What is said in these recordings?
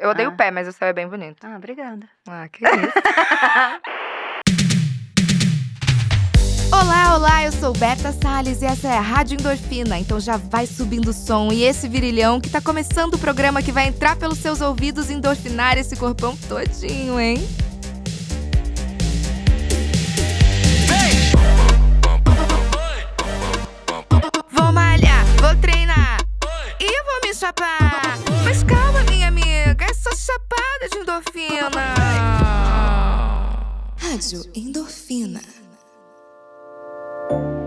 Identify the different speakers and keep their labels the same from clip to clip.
Speaker 1: Eu odeio
Speaker 2: Ah.
Speaker 1: o pé, mas o céu é bem bonito.
Speaker 2: Ah, obrigada.
Speaker 1: Ah, que isso.
Speaker 3: Olá, olá, eu sou Berta Salles e essa é a Rádio Endorfina. Então já vai subindo o som e esse virilhão que tá começando o programa que vai entrar pelos seus ouvidos e endorfinar esse corpão todinho, hein? Vou malhar, vou treinar e eu vou me chapar. Mas calma, minha amiga, é só chapada de endorfina. Rádio Endorfina.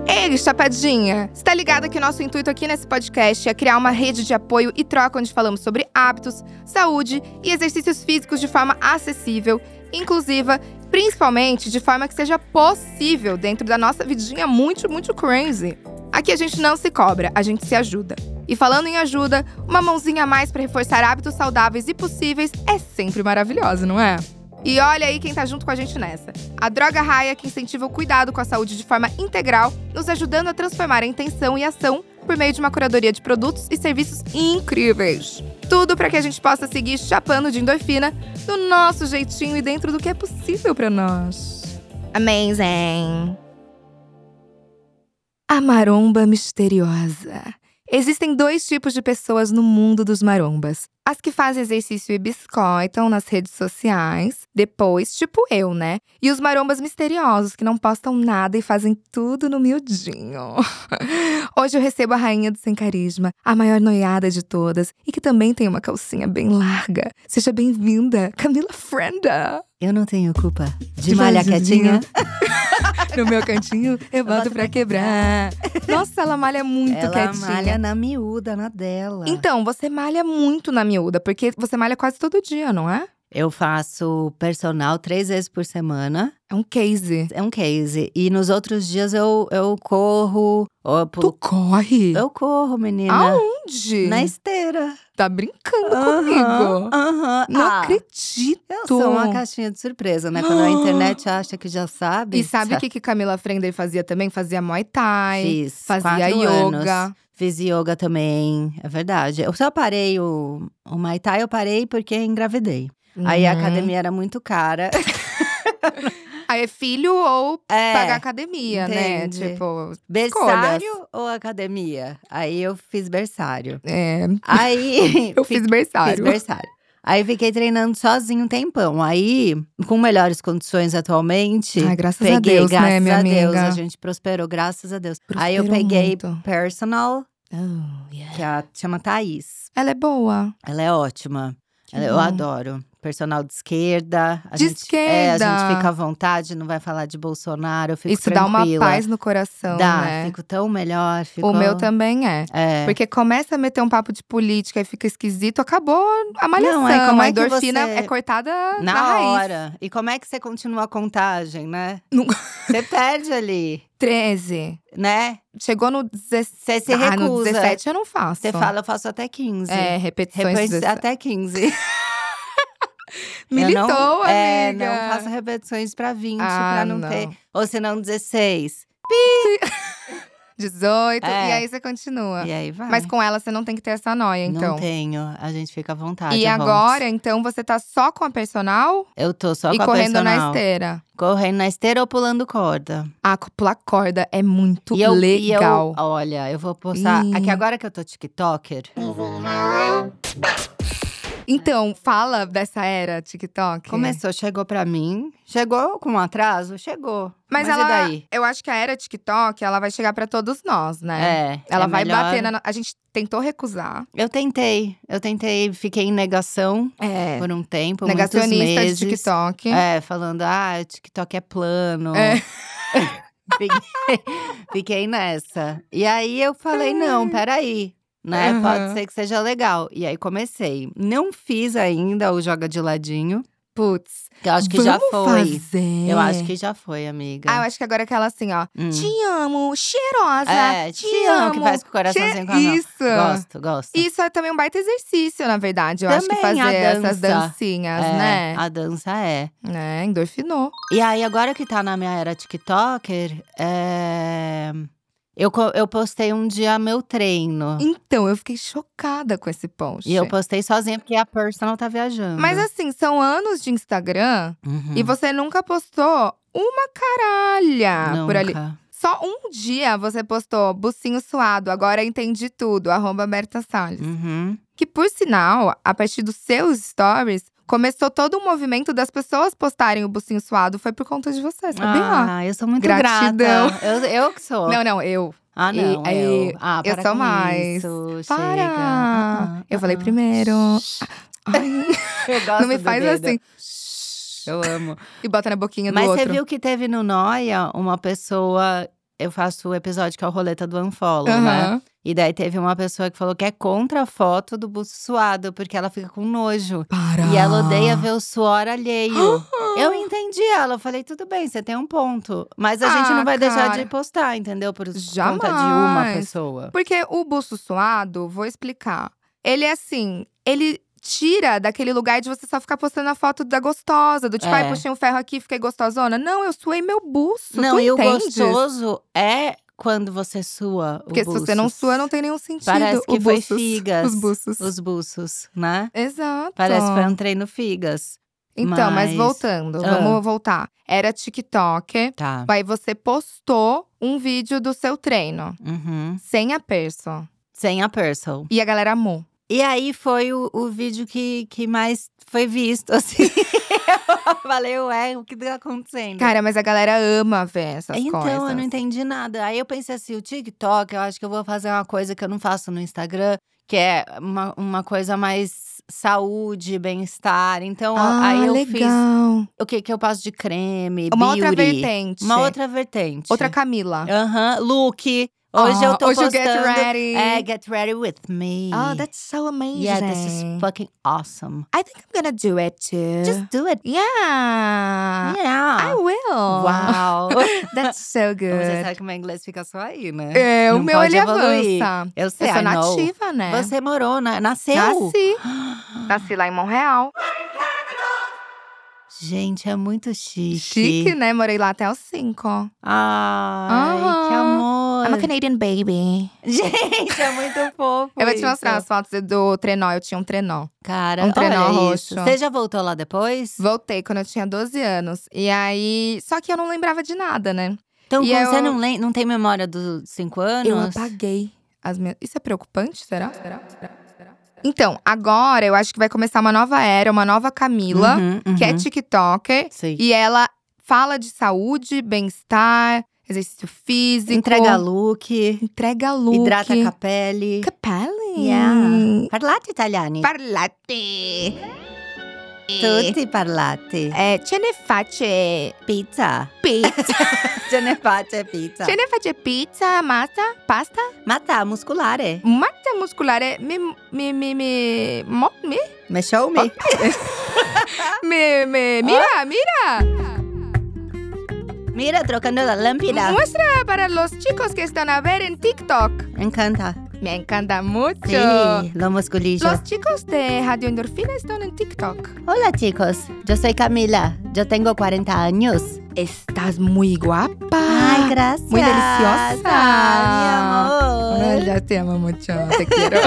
Speaker 3: Ei, chapadinha! Você tá ligada que o nosso intuito aqui nesse podcast é criar uma rede de apoio e troca onde falamos sobre hábitos, saúde e exercícios físicos de forma acessível, inclusiva, principalmente de forma que seja possível dentro da nossa vidinha muito, muito crazy. Aqui a gente não se cobra, a gente se ajuda. E falando em ajuda, uma mãozinha a mais pra reforçar hábitos saudáveis e possíveis é sempre maravilhosa, não é? E olha aí quem tá junto com a gente nessa. A Droga Raia, que incentiva o cuidado com a saúde de forma integral, nos ajudando a transformar a intenção e ação por meio de uma curadoria de produtos e serviços incríveis. Tudo para que a gente possa seguir chapando de endorfina do nosso jeitinho e dentro do que é possível para nós. Amazing! A maromba misteriosa. Existem dois tipos de pessoas no mundo dos marombas. As que fazem exercício e biscoitam nas redes sociais, depois, tipo eu, né? E os marombas misteriosos, que não postam nada e fazem tudo no miudinho. Hoje eu recebo a rainha do sem carisma, a maior noiada de todas, e que também tem uma calcinha bem larga. Seja bem-vinda, Camila Frenda!
Speaker 2: Eu não tenho culpa Tipo, de,
Speaker 3: De
Speaker 2: malhar quietinha.
Speaker 3: vasilzinha. No meu cantinho, eu boto pra quebrar. Nossa, ela malha muito
Speaker 2: Ela
Speaker 3: quietinha.
Speaker 2: malha na miúda, na dela.
Speaker 3: Então, você malha muito na miúda, porque você malha quase todo dia, não é?
Speaker 2: Eu faço personal três vezes por semana.
Speaker 3: É um case.
Speaker 2: É um case. E nos outros dias eu, eu corro. ó,
Speaker 3: Tu
Speaker 2: pulo-
Speaker 3: corre?
Speaker 2: Eu corro, menina.
Speaker 3: Aonde?
Speaker 2: Na esteira.
Speaker 3: Tá brincando
Speaker 2: Aham,
Speaker 3: comigo?
Speaker 2: Aham.
Speaker 3: Não
Speaker 2: Ah,
Speaker 3: acredito.
Speaker 2: Eu sou uma caixinha de surpresa, né? Quando a internet acha que já sabe.
Speaker 3: E sabe o que, que Camila Frender fazia também? Fazia Muay Thai,
Speaker 2: Fiz
Speaker 3: fazia
Speaker 2: quatro
Speaker 3: yoga.
Speaker 2: anos. Fiz yoga também, é verdade. Eu só parei o, o Muay Thai, eu parei porque engravidei. Aí a
Speaker 3: Uhum.
Speaker 2: academia era muito cara.
Speaker 3: Aí é filho ou
Speaker 2: É,
Speaker 3: pagar academia, né?
Speaker 2: entendi.
Speaker 3: Tipo,
Speaker 2: berçário ou academia? Aí eu fiz berçário.
Speaker 3: é,
Speaker 2: Aí…
Speaker 3: eu fiz
Speaker 2: Fiz
Speaker 3: berçário.
Speaker 2: berçário. Aí fiquei treinando sozinho um tempão. Aí, com melhores condições atualmente…
Speaker 3: Ai, graças
Speaker 2: peguei,
Speaker 3: a Deus,
Speaker 2: graças
Speaker 3: né, minha
Speaker 2: a
Speaker 3: amiga?
Speaker 2: Deus, a gente prosperou, graças a Deus. Aí eu
Speaker 3: Prosperou
Speaker 2: peguei
Speaker 3: muito.
Speaker 2: personal,
Speaker 3: Oh, yeah.
Speaker 2: que é a, chama Thaís.
Speaker 3: Ela é boa.
Speaker 2: Ela é ótima. Ela- é-
Speaker 3: bom.
Speaker 2: eu adoro. Personal de esquerda. A
Speaker 3: De
Speaker 2: gente, É, a
Speaker 3: esquerda!
Speaker 2: gente fica à vontade, não vai falar de Bolsonaro. Eu fico
Speaker 3: Isso dá uma
Speaker 2: tranquila.
Speaker 3: paz no coração,
Speaker 2: Dá,
Speaker 3: né?
Speaker 2: fico tão melhor. Fico...
Speaker 3: O meu também é.
Speaker 2: É.
Speaker 3: Porque começa a meter um papo de política e fica esquisito, acabou a malhação.
Speaker 2: Não, aí como
Speaker 3: a
Speaker 2: é que
Speaker 3: endorfina
Speaker 2: você-
Speaker 3: é cortada na,
Speaker 2: Na,
Speaker 3: raiz.
Speaker 2: hora. E como é que você continua a contagem, né?
Speaker 3: Nunca.
Speaker 2: Você perde ali,
Speaker 3: 13.
Speaker 2: né?
Speaker 3: Chegou no 17.
Speaker 2: Você se
Speaker 3: Ah, no
Speaker 2: recusa.
Speaker 3: 17 eu não faço.
Speaker 2: Você fala, assim, eu faço até 15.
Speaker 3: É, repetições.
Speaker 2: Repete
Speaker 3: 17.
Speaker 2: até 15.
Speaker 3: Militou,
Speaker 2: eu não,
Speaker 3: amiga.
Speaker 2: É, não faço repetições pra 20,
Speaker 3: Ah,
Speaker 2: pra não,
Speaker 3: não.
Speaker 2: ter. Ou senão 16.
Speaker 3: 18.
Speaker 2: É.
Speaker 3: E aí você continua.
Speaker 2: E aí vai.
Speaker 3: Ah, Mas com ela você não tem que ter essa noia, então.
Speaker 2: Não tenho, a gente fica à vontade.
Speaker 3: E
Speaker 2: vamos.
Speaker 3: agora, então, você tá só com a personal
Speaker 2: Eu tô só
Speaker 3: e
Speaker 2: com a
Speaker 3: correndo na
Speaker 2: personal.
Speaker 3: esteira.
Speaker 2: Correndo na esteira ou pulando corda.
Speaker 3: A pular corda é muito
Speaker 2: e eu, e eu-
Speaker 3: legal.
Speaker 2: olha, eu vou postar.
Speaker 3: Ih.
Speaker 2: Aqui agora que eu tô TikToker,
Speaker 3: Então, fala dessa era TikTok. né?
Speaker 2: começou, chegou pra mim. Chegou com um atraso? Chegou.
Speaker 3: Mas,
Speaker 2: Mas
Speaker 3: ela,
Speaker 2: e daí?
Speaker 3: eu acho que a era TikTok, ela vai chegar pra todos nós, né?
Speaker 2: É.
Speaker 3: ela
Speaker 2: é
Speaker 3: vai
Speaker 2: melhor.
Speaker 3: bater na. no- A gente tentou recusar.
Speaker 2: Eu tentei, eu tentei, fiquei em negação
Speaker 3: É.
Speaker 2: por um tempo. muitos
Speaker 3: Negacionista de
Speaker 2: meses.
Speaker 3: TikTok.
Speaker 2: É, falando, ah, o TikTok é plano.
Speaker 3: É.
Speaker 2: fiquei, fiquei nessa. E aí eu falei, não, peraí. Né?
Speaker 3: Aham.
Speaker 2: Pode ser que seja legal. E aí comecei. Não fiz ainda o Joga de Ladinho.
Speaker 3: Putz.
Speaker 2: Que eu acho que
Speaker 3: Vamos
Speaker 2: já foi.
Speaker 3: Fazer.
Speaker 2: Eu acho que já foi, amiga.
Speaker 3: Ah, eu acho que agora é aquela assim, ó.
Speaker 2: Hum.
Speaker 3: Te amo, cheirosa.
Speaker 2: É,
Speaker 3: te,
Speaker 2: te
Speaker 3: amo.
Speaker 2: amo, que faz com o coraçãozinho com a mão.
Speaker 3: Isso.
Speaker 2: Gosto, gosto.
Speaker 3: Isso é também um baita exercício, na verdade. Eu acho que
Speaker 2: Também
Speaker 3: fazer
Speaker 2: a
Speaker 3: essas
Speaker 2: dança.
Speaker 3: dancinhas,
Speaker 2: É,
Speaker 3: né?
Speaker 2: A dança é.
Speaker 3: Né? Endorfinou.
Speaker 2: E aí, agora que tá na minha era TikToker, é, Eu, co- eu postei um dia meu treino.
Speaker 3: Então, eu fiquei chocada com esse post.
Speaker 2: E eu postei sozinha, porque a personal tá viajando.
Speaker 3: Mas assim, são anos de Instagram
Speaker 2: Uhum.
Speaker 3: e você nunca postou uma caralha ah, por ali.
Speaker 2: Nunca.
Speaker 3: Só um dia você postou bucinho suado, agora entendi tudo, arroba Berta Salles.
Speaker 2: Uhum.
Speaker 3: Que por sinal, a partir dos seus stories, começou todo o movimento das pessoas postarem o bucinho suado, foi por conta de você, sabia?
Speaker 2: Ah, eu sou muito
Speaker 3: É Gratidão.
Speaker 2: grata. Eu, eu que sou.
Speaker 3: Não, não, eu.
Speaker 2: Ah,
Speaker 3: E-
Speaker 2: não.
Speaker 3: aí,
Speaker 2: eu. Ah,
Speaker 3: eu
Speaker 2: para
Speaker 3: sou
Speaker 2: com
Speaker 3: mais.
Speaker 2: Isso,
Speaker 3: Para!
Speaker 2: Chega. Ah, ah,
Speaker 3: eu falei
Speaker 2: ah.
Speaker 3: primeiro. Ai,
Speaker 2: Eu gosto
Speaker 3: não me
Speaker 2: do
Speaker 3: faz
Speaker 2: dedo.
Speaker 3: assim.
Speaker 2: Eu amo.
Speaker 3: E bota na boquinha
Speaker 2: Mas
Speaker 3: do
Speaker 2: você
Speaker 3: outro.
Speaker 2: viu que teve no Noia uma pessoa. Eu faço o episódio que é o Roleta do Unfollow, né?
Speaker 3: Aham.
Speaker 2: E daí teve uma pessoa que falou que é contra a foto do buço suado, porque ela fica com nojo.
Speaker 3: Para.
Speaker 2: E ela odeia ver o suor alheio. eu entendi ela. Eu falei, tudo bem, você tem um ponto. Mas a gente
Speaker 3: Ah,
Speaker 2: não vai deixar
Speaker 3: cara.
Speaker 2: de postar, entendeu? Por
Speaker 3: Jamais.
Speaker 2: conta de uma pessoa.
Speaker 3: Porque o buço suado, vou explicar. Ele é assim, ele tira daquele lugar de você só ficar postando a foto da gostosa, do tipo,
Speaker 2: É.
Speaker 3: ai, puxei um ferro aqui, fiquei gostosona. Não, eu suei meu buço.
Speaker 2: não,
Speaker 3: tu
Speaker 2: e o
Speaker 3: entendes?
Speaker 2: gostoso é quando você sua. o
Speaker 3: Porque se você não
Speaker 2: buços.
Speaker 3: sua, não tem nenhum sentido.
Speaker 2: Parece
Speaker 3: o
Speaker 2: que foi
Speaker 3: buços,
Speaker 2: figas,
Speaker 3: Os buços.
Speaker 2: Os buços, né?
Speaker 3: Exato.
Speaker 2: Parece que foi um treino figas.
Speaker 3: Então, mas,
Speaker 2: mas-
Speaker 3: voltando,
Speaker 2: Ah.
Speaker 3: vamos voltar. Era TikTok,
Speaker 2: Tá.
Speaker 3: aí você postou um vídeo do seu treino,
Speaker 2: Uhum.
Speaker 3: sem aperço.
Speaker 2: Sem a Purcell.
Speaker 3: E a galera amou.
Speaker 2: E aí foi o, o vídeo que, que mais foi visto, assim. eu falei, ué, o que tá acontecendo?
Speaker 3: Cara, mas a galera ama ver essas
Speaker 2: então,
Speaker 3: coisas.
Speaker 2: eu não entendi nada. Aí eu pensei assim, o TikTok, eu acho que eu vou fazer uma coisa que eu não faço no Instagram, que é uma, uma coisa mais saúde, bem-estar. Então,
Speaker 3: Ah,
Speaker 2: aí eu fiz
Speaker 3: legal.
Speaker 2: o que que eu passo de creme,
Speaker 3: Uma
Speaker 2: beauty.
Speaker 3: outra vertente.
Speaker 2: Uma outra vertente.
Speaker 3: Outra Camila.
Speaker 2: Aham, look. Hoje
Speaker 3: Ah,
Speaker 2: eu tô
Speaker 3: hoje o
Speaker 2: postando…
Speaker 3: Get Ready.
Speaker 2: É, get ready with me.
Speaker 3: Oh, that's so amazing.
Speaker 2: Yeah, this is fucking awesome.
Speaker 3: I think I'm gonna do it too.
Speaker 2: Just do it.
Speaker 3: yeah, É. Ah, I
Speaker 2: Yeah.
Speaker 3: will.
Speaker 2: Uau.
Speaker 3: That's so
Speaker 2: Você
Speaker 3: good.
Speaker 2: sabe que o meu inglês fica só aí, né?
Speaker 3: É, o
Speaker 2: Não
Speaker 3: meu
Speaker 2: pode
Speaker 3: ele
Speaker 2: evoluir.
Speaker 3: avança.
Speaker 2: Eu
Speaker 3: Eu
Speaker 2: sei,
Speaker 3: sou
Speaker 2: I know.
Speaker 3: nativa, né?
Speaker 2: Você é morou, na, nasceu?
Speaker 3: Nasci.
Speaker 1: Nasci lá em Montreal.
Speaker 2: Gente, é muito chique.
Speaker 3: Chique, né? Morei lá até os cinco.
Speaker 2: Ai, que
Speaker 3: Aham. É
Speaker 2: amor.
Speaker 3: I'm a Canadian baby.
Speaker 2: Gente, é muito fofo
Speaker 3: Eu vou te
Speaker 2: isso.
Speaker 3: mostrar as fotos do trenó. Eu tinha um trenó.
Speaker 2: Cara,
Speaker 3: Um trenó
Speaker 2: olha
Speaker 3: roxo.
Speaker 2: isso. Você já voltou lá depois?
Speaker 3: Voltei quando eu tinha 12 anos. E aí… Só que eu não lembrava de nada, né?
Speaker 2: Então,
Speaker 3: E
Speaker 2: quando você
Speaker 3: eu-
Speaker 2: não, lem- não tem memória dos cinco anos?
Speaker 3: Eu apaguei as minhas. Isso é preocupante? Será? Será? Será? Será? Então, agora eu acho que vai começar uma nova era, uma nova Camila,
Speaker 2: Uhum, uhum.
Speaker 3: que é TikToker.
Speaker 2: Sim.
Speaker 3: E ela fala de saúde, bem-estar, exercício físico.
Speaker 2: Entrega look,
Speaker 3: Entrega look.
Speaker 2: hidrata com a pele.
Speaker 3: Capelli.
Speaker 2: Yeah. Parlate italiani.
Speaker 3: Parlate.
Speaker 2: Tutti parlate.
Speaker 3: É, ce ne face
Speaker 2: Pizza.
Speaker 3: pizza.
Speaker 2: Ce ne face pizza.
Speaker 3: ce ne face pizza, massa, pasta,
Speaker 2: Mata, musculare.
Speaker 3: massa muscolare. Me, me, me, me, mo, me?
Speaker 2: Mexeu me.
Speaker 3: Oh.
Speaker 2: Ah.
Speaker 3: Me, me, mira, mira!
Speaker 2: Mira, trocando la lâmpida.
Speaker 3: Muestra para los chicos que están a ver en TikTok.
Speaker 2: Encanta.
Speaker 3: Me encanta mucho.
Speaker 2: Sí, lo musculillo.
Speaker 3: Los chicos de Radio Endorfina están en TikTok.
Speaker 2: Hola, chicos. Yo soy Camila. Yo tengo 40 años.
Speaker 3: Estás muy guapa.
Speaker 2: Ay, gracias.
Speaker 3: muy deliciosa.
Speaker 2: Ay, mi amor.
Speaker 3: já Ah, te amo muito, te quero.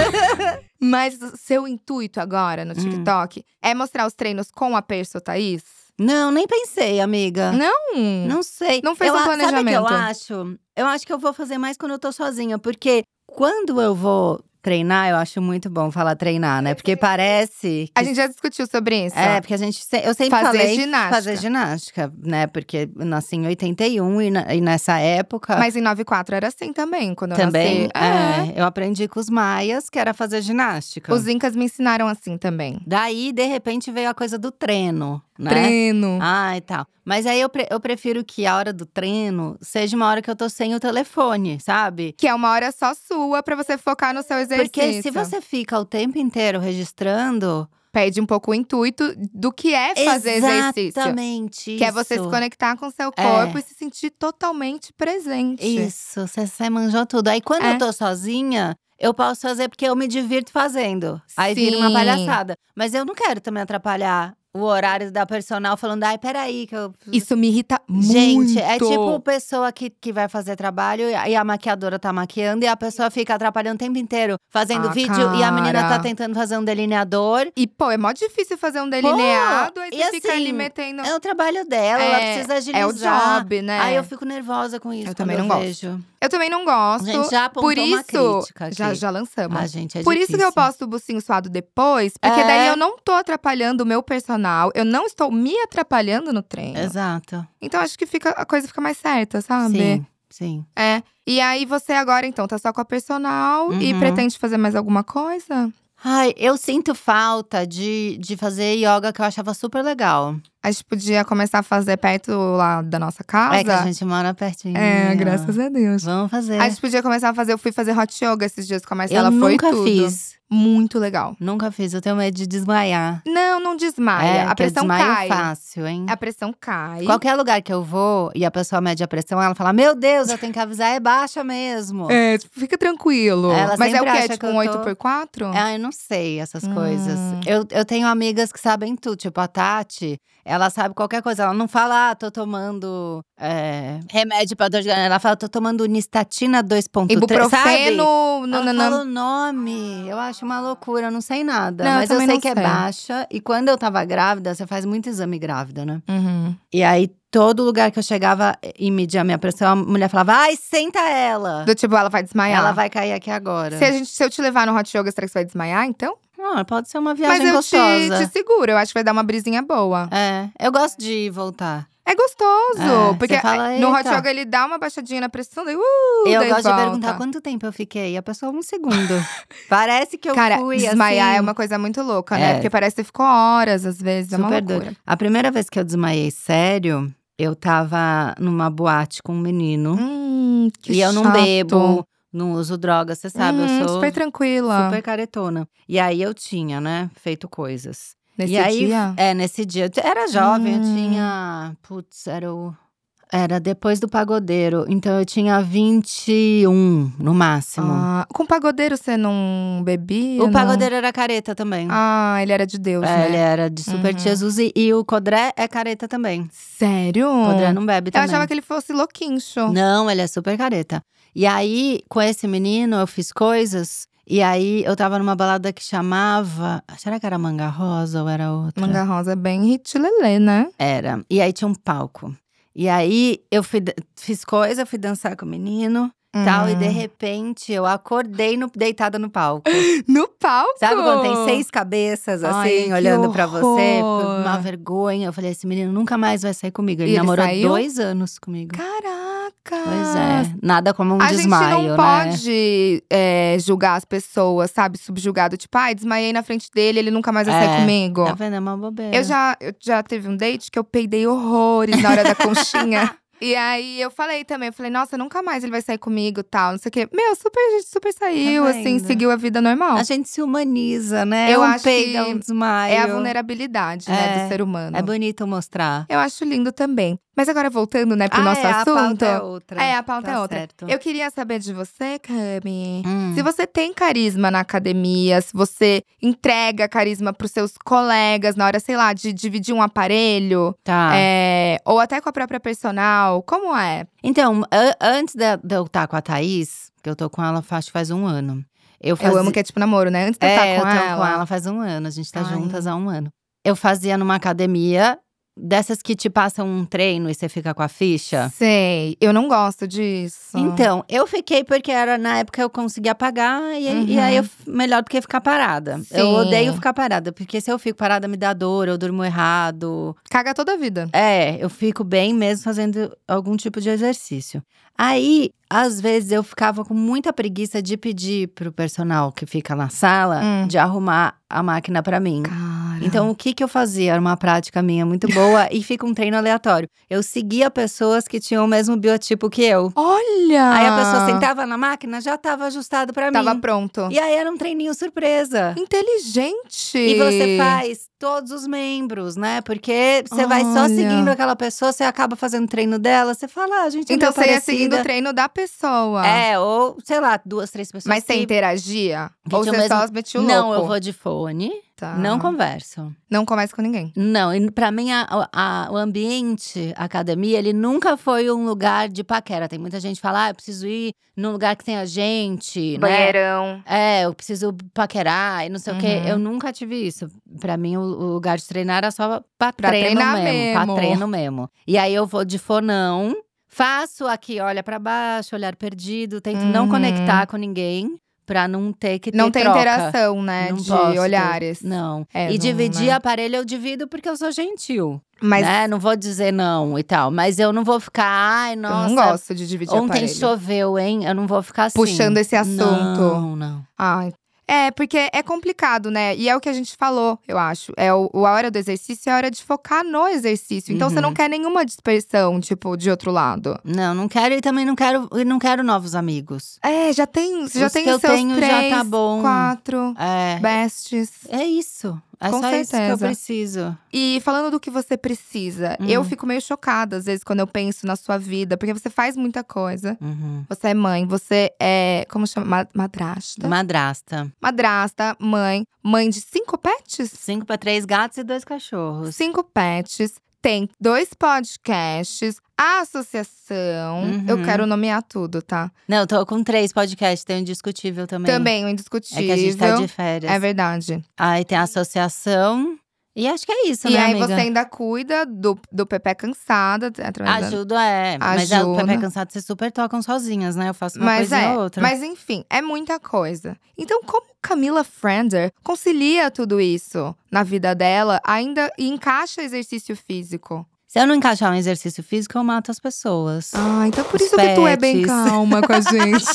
Speaker 3: Mas o seu intuito agora no TikTok é mostrar os treinos com a Perso Thaís?
Speaker 2: Não, nem pensei, amiga.
Speaker 3: Não.
Speaker 2: Não sei.
Speaker 3: Não fez
Speaker 2: eu,
Speaker 3: um
Speaker 2: a- Sabe o
Speaker 3: planejamento.
Speaker 2: que eu acho? Eu acho que eu vou fazer mais quando eu tô sozinha, porque quando eu vou treinar, eu acho muito bom falar treinar, né? Porque parece que
Speaker 3: A gente já discutiu sobre isso.
Speaker 2: É, porque a gente. se- Eu sempre
Speaker 3: Fazer
Speaker 2: falei
Speaker 3: ginástica.
Speaker 2: fazer ginástica, né? Porque eu nasci em 81 e, na- e nessa época.
Speaker 3: Mas em 94 era assim também, quando
Speaker 2: também.
Speaker 3: eu nasci. É.
Speaker 2: é, eu aprendi com os maias que era fazer ginástica.
Speaker 3: Os incas me ensinaram assim também.
Speaker 2: Daí, de repente, veio a coisa do treino,
Speaker 3: é?
Speaker 2: né?
Speaker 3: Treino.
Speaker 2: Ah, e tal. Mas aí eu, pre- eu prefiro que a hora do treino seja uma hora que eu tô sem o telefone, sabe?
Speaker 3: Que é uma hora só sua pra você focar no seu exercício.
Speaker 2: Porque se você fica o tempo inteiro registrando.
Speaker 3: Perde um pouco o intuito do que é fazer exercício.
Speaker 2: Exatamente.
Speaker 3: Que é você se
Speaker 2: isso. É.
Speaker 3: conectar com seu corpo e se sentir totalmente presente.
Speaker 2: Isso, você- você manjou tudo. Aí quando
Speaker 3: É.
Speaker 2: eu tô sozinha, eu posso fazer porque eu me divirto fazendo. Aí vira uma
Speaker 3: Sim.
Speaker 2: palhaçada. Mas eu não quero também atrapalhar o horário da personal falando, ai, peraí, que eu.
Speaker 3: Isso me irrita muito.
Speaker 2: Gente, é tipo pessoa que, que vai fazer trabalho e a- e a maquiadora tá maquiando e a pessoa fica atrapalhando o tempo inteiro, fazendo
Speaker 3: Ah,
Speaker 2: vídeo e a menina tá
Speaker 3: cara.
Speaker 2: tentando fazer um delineador.
Speaker 3: E, pô, é mó difícil fazer um delineado, aí
Speaker 2: e
Speaker 3: você fica ali
Speaker 2: assim,
Speaker 3: metendo.
Speaker 2: É o trabalho dela, ela
Speaker 3: É,
Speaker 2: precisa agilizar.
Speaker 3: É o job, né?
Speaker 2: Aí eu fico nervosa com isso.
Speaker 3: Eu
Speaker 2: quando
Speaker 3: também não gosto.
Speaker 2: vejo.
Speaker 3: Eu também não gosto.
Speaker 2: A gente já apontou
Speaker 3: por isso,
Speaker 2: uma crítica aqui.
Speaker 3: já, já lançamos.
Speaker 2: Ah, gente, é
Speaker 3: Por isso que eu
Speaker 2: difícil.
Speaker 3: posto o bucinho suado depois, porque
Speaker 2: É.
Speaker 3: daí eu não tô atrapalhando o meu personal, eu não estou me atrapalhando no treino.
Speaker 2: Exato.
Speaker 3: Então acho que fica, a coisa fica mais certa, sabe?
Speaker 2: Sim, sim.
Speaker 3: É. E aí você agora então tá só com a personal e
Speaker 2: Uhum.
Speaker 3: pretende fazer mais alguma coisa?
Speaker 2: Ai, eu sinto falta de, de fazer yoga que eu achava super legal.
Speaker 3: A gente podia começar a fazer perto lá da nossa casa.
Speaker 2: É que a gente mora pertinho.
Speaker 3: É, graças a Deus.
Speaker 2: Vamos fazer.
Speaker 3: A gente podia começar a fazer, eu fui fazer hot yoga esses dias com a
Speaker 2: eu
Speaker 3: Marcela, foi
Speaker 2: nunca
Speaker 3: tudo.
Speaker 2: fiz.
Speaker 3: Muito legal.
Speaker 2: Nunca fiz. Eu tenho medo de desmaiar.
Speaker 3: Não, não desmaia.
Speaker 2: é,
Speaker 3: a
Speaker 2: que eu
Speaker 3: pressão
Speaker 2: desmaio
Speaker 3: cai.
Speaker 2: fácil, hein?
Speaker 3: A pressão cai.
Speaker 2: Qualquer lugar que eu vou e a pessoa mede a pressão, ela fala: Meu Deus, eu tenho que avisar, é baixa mesmo.
Speaker 3: É, tipo, fica tranquilo.
Speaker 2: Ela
Speaker 3: Mas é o
Speaker 2: sempre
Speaker 3: quê?
Speaker 2: acha
Speaker 3: tipo
Speaker 2: que eu
Speaker 3: um
Speaker 2: tô-
Speaker 3: 8x4?
Speaker 2: Ah, eu não sei essas
Speaker 3: Hum.
Speaker 2: coisas. Eu, eu tenho amigas que sabem tudo. Tipo, a Tati, ela sabe qualquer coisa. Ela não fala, ah, tô tomando é, remédio pra dor de garganta. Ela fala, tô tomando nistatina 2.3, sabe?
Speaker 3: Ibuprofeno.
Speaker 2: Ela
Speaker 3: nananã.
Speaker 2: fala o nome. Eu acho uma loucura, eu não sei nada.
Speaker 3: Não, eu
Speaker 2: Mas eu
Speaker 3: também
Speaker 2: sei
Speaker 3: não
Speaker 2: que é
Speaker 3: sei.
Speaker 2: baixa. E quando eu tava grávida, você faz muito exame grávida, né?
Speaker 3: Uhum.
Speaker 2: E aí, todo lugar que eu chegava eh, e media a minha pressão, a mulher falava, ai, senta ela.
Speaker 3: Do tipo, ela vai desmaiar.
Speaker 2: Ela vai cair aqui agora.
Speaker 3: Se, a gente, se eu te levar no hot yoga, será que você vai desmaiar, então?
Speaker 2: Não, Ah, pode ser uma viagem
Speaker 3: Mas eu
Speaker 2: gostosa.
Speaker 3: Te, te seguro, eu acho que vai dar uma brisinha boa.
Speaker 2: É, eu gosto de voltar.
Speaker 3: É gostoso,
Speaker 2: É,
Speaker 3: porque
Speaker 2: você fala,
Speaker 3: no hot
Speaker 2: "Eita."
Speaker 3: yoga ele dá uma baixadinha na pressão, daí uh,
Speaker 2: eu
Speaker 3: daí
Speaker 2: gosto
Speaker 3: volta.
Speaker 2: de perguntar quanto tempo eu fiquei. A pessoa, um segundo. Parece que eu
Speaker 3: Cara,
Speaker 2: fui,
Speaker 3: desmaiar
Speaker 2: assim,
Speaker 3: é uma coisa muito louca, né?
Speaker 2: É.
Speaker 3: Porque parece que você ficou horas, às vezes, é uma
Speaker 2: Super
Speaker 3: loucura.
Speaker 2: A primeira vez que eu desmaiei sério, eu tava numa boate com um menino.
Speaker 3: Hum, que
Speaker 2: e eu não
Speaker 3: chato.
Speaker 2: bebo, não uso droga, você sabe,
Speaker 3: Hum,
Speaker 2: eu sou
Speaker 3: super tranquila.
Speaker 2: super caretona. E aí eu tinha, né, feito coisas.
Speaker 3: Nesse
Speaker 2: e aí,
Speaker 3: dia?
Speaker 2: é, nesse dia, eu era jovem, eu
Speaker 3: Hum.
Speaker 2: tinha, putz, era o era depois do pagodeiro, então eu tinha 21 no máximo.
Speaker 3: Ah, com o pagodeiro você não bebia?
Speaker 2: o
Speaker 3: não?
Speaker 2: pagodeiro era careta também.
Speaker 3: Ah, ele era de Deus,
Speaker 2: É,
Speaker 3: né?
Speaker 2: Ele era de Super
Speaker 3: Uhum.
Speaker 2: Jesus e, e o Codré é careta também.
Speaker 3: Sério?
Speaker 2: O Codré não bebe
Speaker 3: Eu
Speaker 2: também.
Speaker 3: achava que ele fosse louquincho.
Speaker 2: Não, ele é super careta. E aí, com esse menino, eu fiz coisas. E aí, eu tava numa balada que chamava. Será que era Manga Rosa ou era outra?
Speaker 3: Manga rosa é bem hitlelê, né?
Speaker 2: Era. E aí tinha um palco. E aí, eu fui, da- fiz coisa, fui dançar com o menino tal. E de
Speaker 3: Hum.
Speaker 2: repente, eu acordei no- deitada no palco.
Speaker 3: No palco!
Speaker 2: Sabe quando tem seis cabeças
Speaker 3: Ai,
Speaker 2: assim,
Speaker 3: que
Speaker 2: olhando pra você?
Speaker 3: horror.
Speaker 2: Uma vergonha. Eu falei: esse menino nunca mais vai sair comigo. Ele,
Speaker 3: E ele
Speaker 2: namorou
Speaker 3: saiu?
Speaker 2: dois anos comigo.
Speaker 3: Caraca!
Speaker 2: Pois é, nada como um
Speaker 3: A
Speaker 2: desmaio,
Speaker 3: gente não
Speaker 2: né?
Speaker 3: pode é, julgar as pessoas, sabe? Subjugado. Tipo, ai, desmaiei na frente dele, ele nunca mais vai sair
Speaker 2: É.
Speaker 3: comigo.
Speaker 2: Tá vendo? É uma bobeira.
Speaker 3: Eu já, eu já teve um date que eu peidei horrores na hora da conchinha. E aí eu falei também, eu falei, nossa, nunca mais ele vai sair comigo tal, não sei o quê. Meu, super, a gente super saiu, assim,
Speaker 2: Tá vendo?
Speaker 3: seguiu a vida normal.
Speaker 2: A gente se humaniza, né?
Speaker 3: Eu
Speaker 2: um
Speaker 3: acho
Speaker 2: peido,
Speaker 3: que
Speaker 2: um desmaio.
Speaker 3: É a vulnerabilidade, né, do
Speaker 2: É.
Speaker 3: ser humano.
Speaker 2: É bonito mostrar.
Speaker 3: eu acho lindo também. Mas agora voltando, né, pro
Speaker 2: ah,
Speaker 3: nosso
Speaker 2: é,
Speaker 3: assunto.
Speaker 2: A pauta é outra.
Speaker 3: É, a pauta
Speaker 2: Tá
Speaker 3: é outra.
Speaker 2: certo.
Speaker 3: Eu queria saber de você, Cami.
Speaker 2: Hum.
Speaker 3: Se você tem carisma na academia, se você entrega carisma pros seus colegas na hora, sei lá, de dividir um aparelho,
Speaker 2: Tá.
Speaker 3: é, ou até com a própria personal, como é?
Speaker 2: Então, a- antes de de eu estar com a Thaís, que eu tô com ela faz, faz um ano. Eu, fazia...
Speaker 3: Eu amo que é tipo namoro, né? Antes de eu
Speaker 2: é,
Speaker 3: estar
Speaker 2: eu
Speaker 3: com,
Speaker 2: tô
Speaker 3: ela,
Speaker 2: com ela faz um ano. A gente tá
Speaker 3: Ai.
Speaker 2: juntas há um ano. Eu fazia numa academia, dessas que te passam um treino e você fica com a ficha.
Speaker 3: Sei, eu não gosto disso.
Speaker 2: Então, eu fiquei porque era na época eu conseguia pagar e, e aí eu, melhor do que ficar parada. Eu
Speaker 3: Uhum. Sim.
Speaker 2: odeio ficar parada, porque se eu fico parada me dá dor, eu durmo errado.
Speaker 3: Caga toda a vida.
Speaker 2: É, eu fico bem mesmo fazendo algum tipo de exercício. Aí, às vezes eu ficava com muita preguiça de pedir pro personal que fica na sala
Speaker 3: Hum.
Speaker 2: de arrumar a máquina pra mim.
Speaker 3: Cara.
Speaker 2: Então, o que que eu fazia? Era uma prática minha muito boa e fica um treino aleatório. Eu seguia pessoas que tinham o mesmo biotipo que eu.
Speaker 3: Olha!
Speaker 2: Aí a pessoa sentava na máquina, já tava ajustado pra
Speaker 3: Ah. Tava
Speaker 2: mim.
Speaker 3: pronto.
Speaker 2: E aí era um treininho surpresa.
Speaker 3: Inteligente!
Speaker 2: E você faz todos os membros, né? Porque você vai só
Speaker 3: Olha.
Speaker 2: seguindo aquela pessoa, você acaba fazendo treino dela, você fala, ah, a gente é
Speaker 3: Então
Speaker 2: meio
Speaker 3: você ia seguindo o
Speaker 2: parecida.
Speaker 3: treino da pessoa.
Speaker 2: É, ou sei lá, duas, três pessoas.
Speaker 3: Mas você
Speaker 2: que-
Speaker 3: interagia?
Speaker 2: que
Speaker 3: Ou
Speaker 2: tinha
Speaker 3: você
Speaker 2: o mesmo-
Speaker 3: só metia o
Speaker 2: Não,
Speaker 3: louco?
Speaker 2: eu vou de fone.
Speaker 3: Tá.
Speaker 2: Não conversam.
Speaker 3: Não conversa com ninguém.
Speaker 2: Não, e pra mim a- a- a- o ambiente, a academia, ele nunca foi um lugar de paquera. Tem muita gente que fala, ah, eu preciso ir num lugar que tenha gente, né?
Speaker 1: Banheirão.
Speaker 2: É, eu preciso paquerar e não sei o quê.
Speaker 3: Uhum.
Speaker 2: Eu nunca tive isso. Pra mim, o, o lugar de treinar era só pra,
Speaker 3: Pra
Speaker 2: treino
Speaker 3: treinar
Speaker 2: mesmo, Pra
Speaker 3: mesmo.
Speaker 2: treino mesmo. E aí eu vou de fonão, faço aqui, olha pra baixo, olhar perdido, tento não
Speaker 3: Uhum.
Speaker 2: conectar com ninguém pra não ter que ter
Speaker 3: Não tem
Speaker 2: troca.
Speaker 3: interação, né?
Speaker 2: Não
Speaker 3: de
Speaker 2: gosto.
Speaker 3: olhares.
Speaker 2: Não.
Speaker 3: É,
Speaker 2: e
Speaker 3: não,
Speaker 2: dividir
Speaker 3: né?
Speaker 2: aparelho, eu divido porque eu sou gentil.
Speaker 3: Mas
Speaker 2: né? Não vou dizer não e tal. Mas eu não vou ficar, ai, nossa.
Speaker 3: eu não gosto de dividir
Speaker 2: Ontem
Speaker 3: aparelho.
Speaker 2: choveu, hein? Eu não vou ficar assim.
Speaker 3: Puxando esse assunto.
Speaker 2: Não, não.
Speaker 3: Ai. É, porque é complicado, né? E é o que a gente falou, eu acho. É o, o- a hora do exercício é a hora de focar no exercício. Então você
Speaker 2: Uhum.
Speaker 3: não quer nenhuma dispersão, tipo, de outro lado.
Speaker 2: Não, não quero e também não quero e não quero novos amigos.
Speaker 3: É, já tem, você já
Speaker 2: Os
Speaker 3: tem
Speaker 2: que eu
Speaker 3: os seus
Speaker 2: tenho já
Speaker 3: três,
Speaker 2: tá bom.
Speaker 3: quatro
Speaker 2: É,
Speaker 3: bestes.
Speaker 2: é isso. É
Speaker 3: Com
Speaker 2: só isso que
Speaker 3: certeza.
Speaker 2: eu preciso.
Speaker 3: E falando do que você precisa,
Speaker 2: Hum.
Speaker 3: eu fico meio chocada às vezes quando eu penso na sua vida, porque você faz muita coisa.
Speaker 2: Uhum.
Speaker 3: Você é mãe, você é, como chama, Ma- madrasta?
Speaker 2: Madrasta.
Speaker 3: madrasta, mãe, mãe de cinco pets?
Speaker 2: Cinco para três gatos e dois cachorros.
Speaker 3: Cinco pets, tem dois podcasts, a associação.
Speaker 2: Uhum.
Speaker 3: Eu quero nomear tudo, tá?
Speaker 2: Não, eu tô com três podcasts, tem o Indiscutível também.
Speaker 3: Também o
Speaker 2: É
Speaker 3: indiscutível.
Speaker 2: que a gente tá de férias.
Speaker 3: É verdade.
Speaker 2: Aí tem a associação. E acho que é isso,
Speaker 3: e
Speaker 2: né,
Speaker 3: aí
Speaker 2: amiga?
Speaker 3: você ainda cuida do, do Pepe cansada, t- através da-
Speaker 2: Ajuda, é. Mas é, o
Speaker 3: Ajuda.
Speaker 2: Pepe é Cansado, vocês super tocam sozinhas, né? Eu faço uma
Speaker 3: Mas
Speaker 2: coisa
Speaker 3: é,
Speaker 2: ou outra.
Speaker 3: mas enfim, é muita coisa. Então, como Camila Frander concilia tudo isso na vida dela, ainda e encaixa exercício físico?
Speaker 2: Se eu não encaixar um exercício físico, eu mato as pessoas.
Speaker 3: Ah, então por
Speaker 2: Os
Speaker 3: isso que tu é bem
Speaker 2: pets.
Speaker 3: calma com a gente.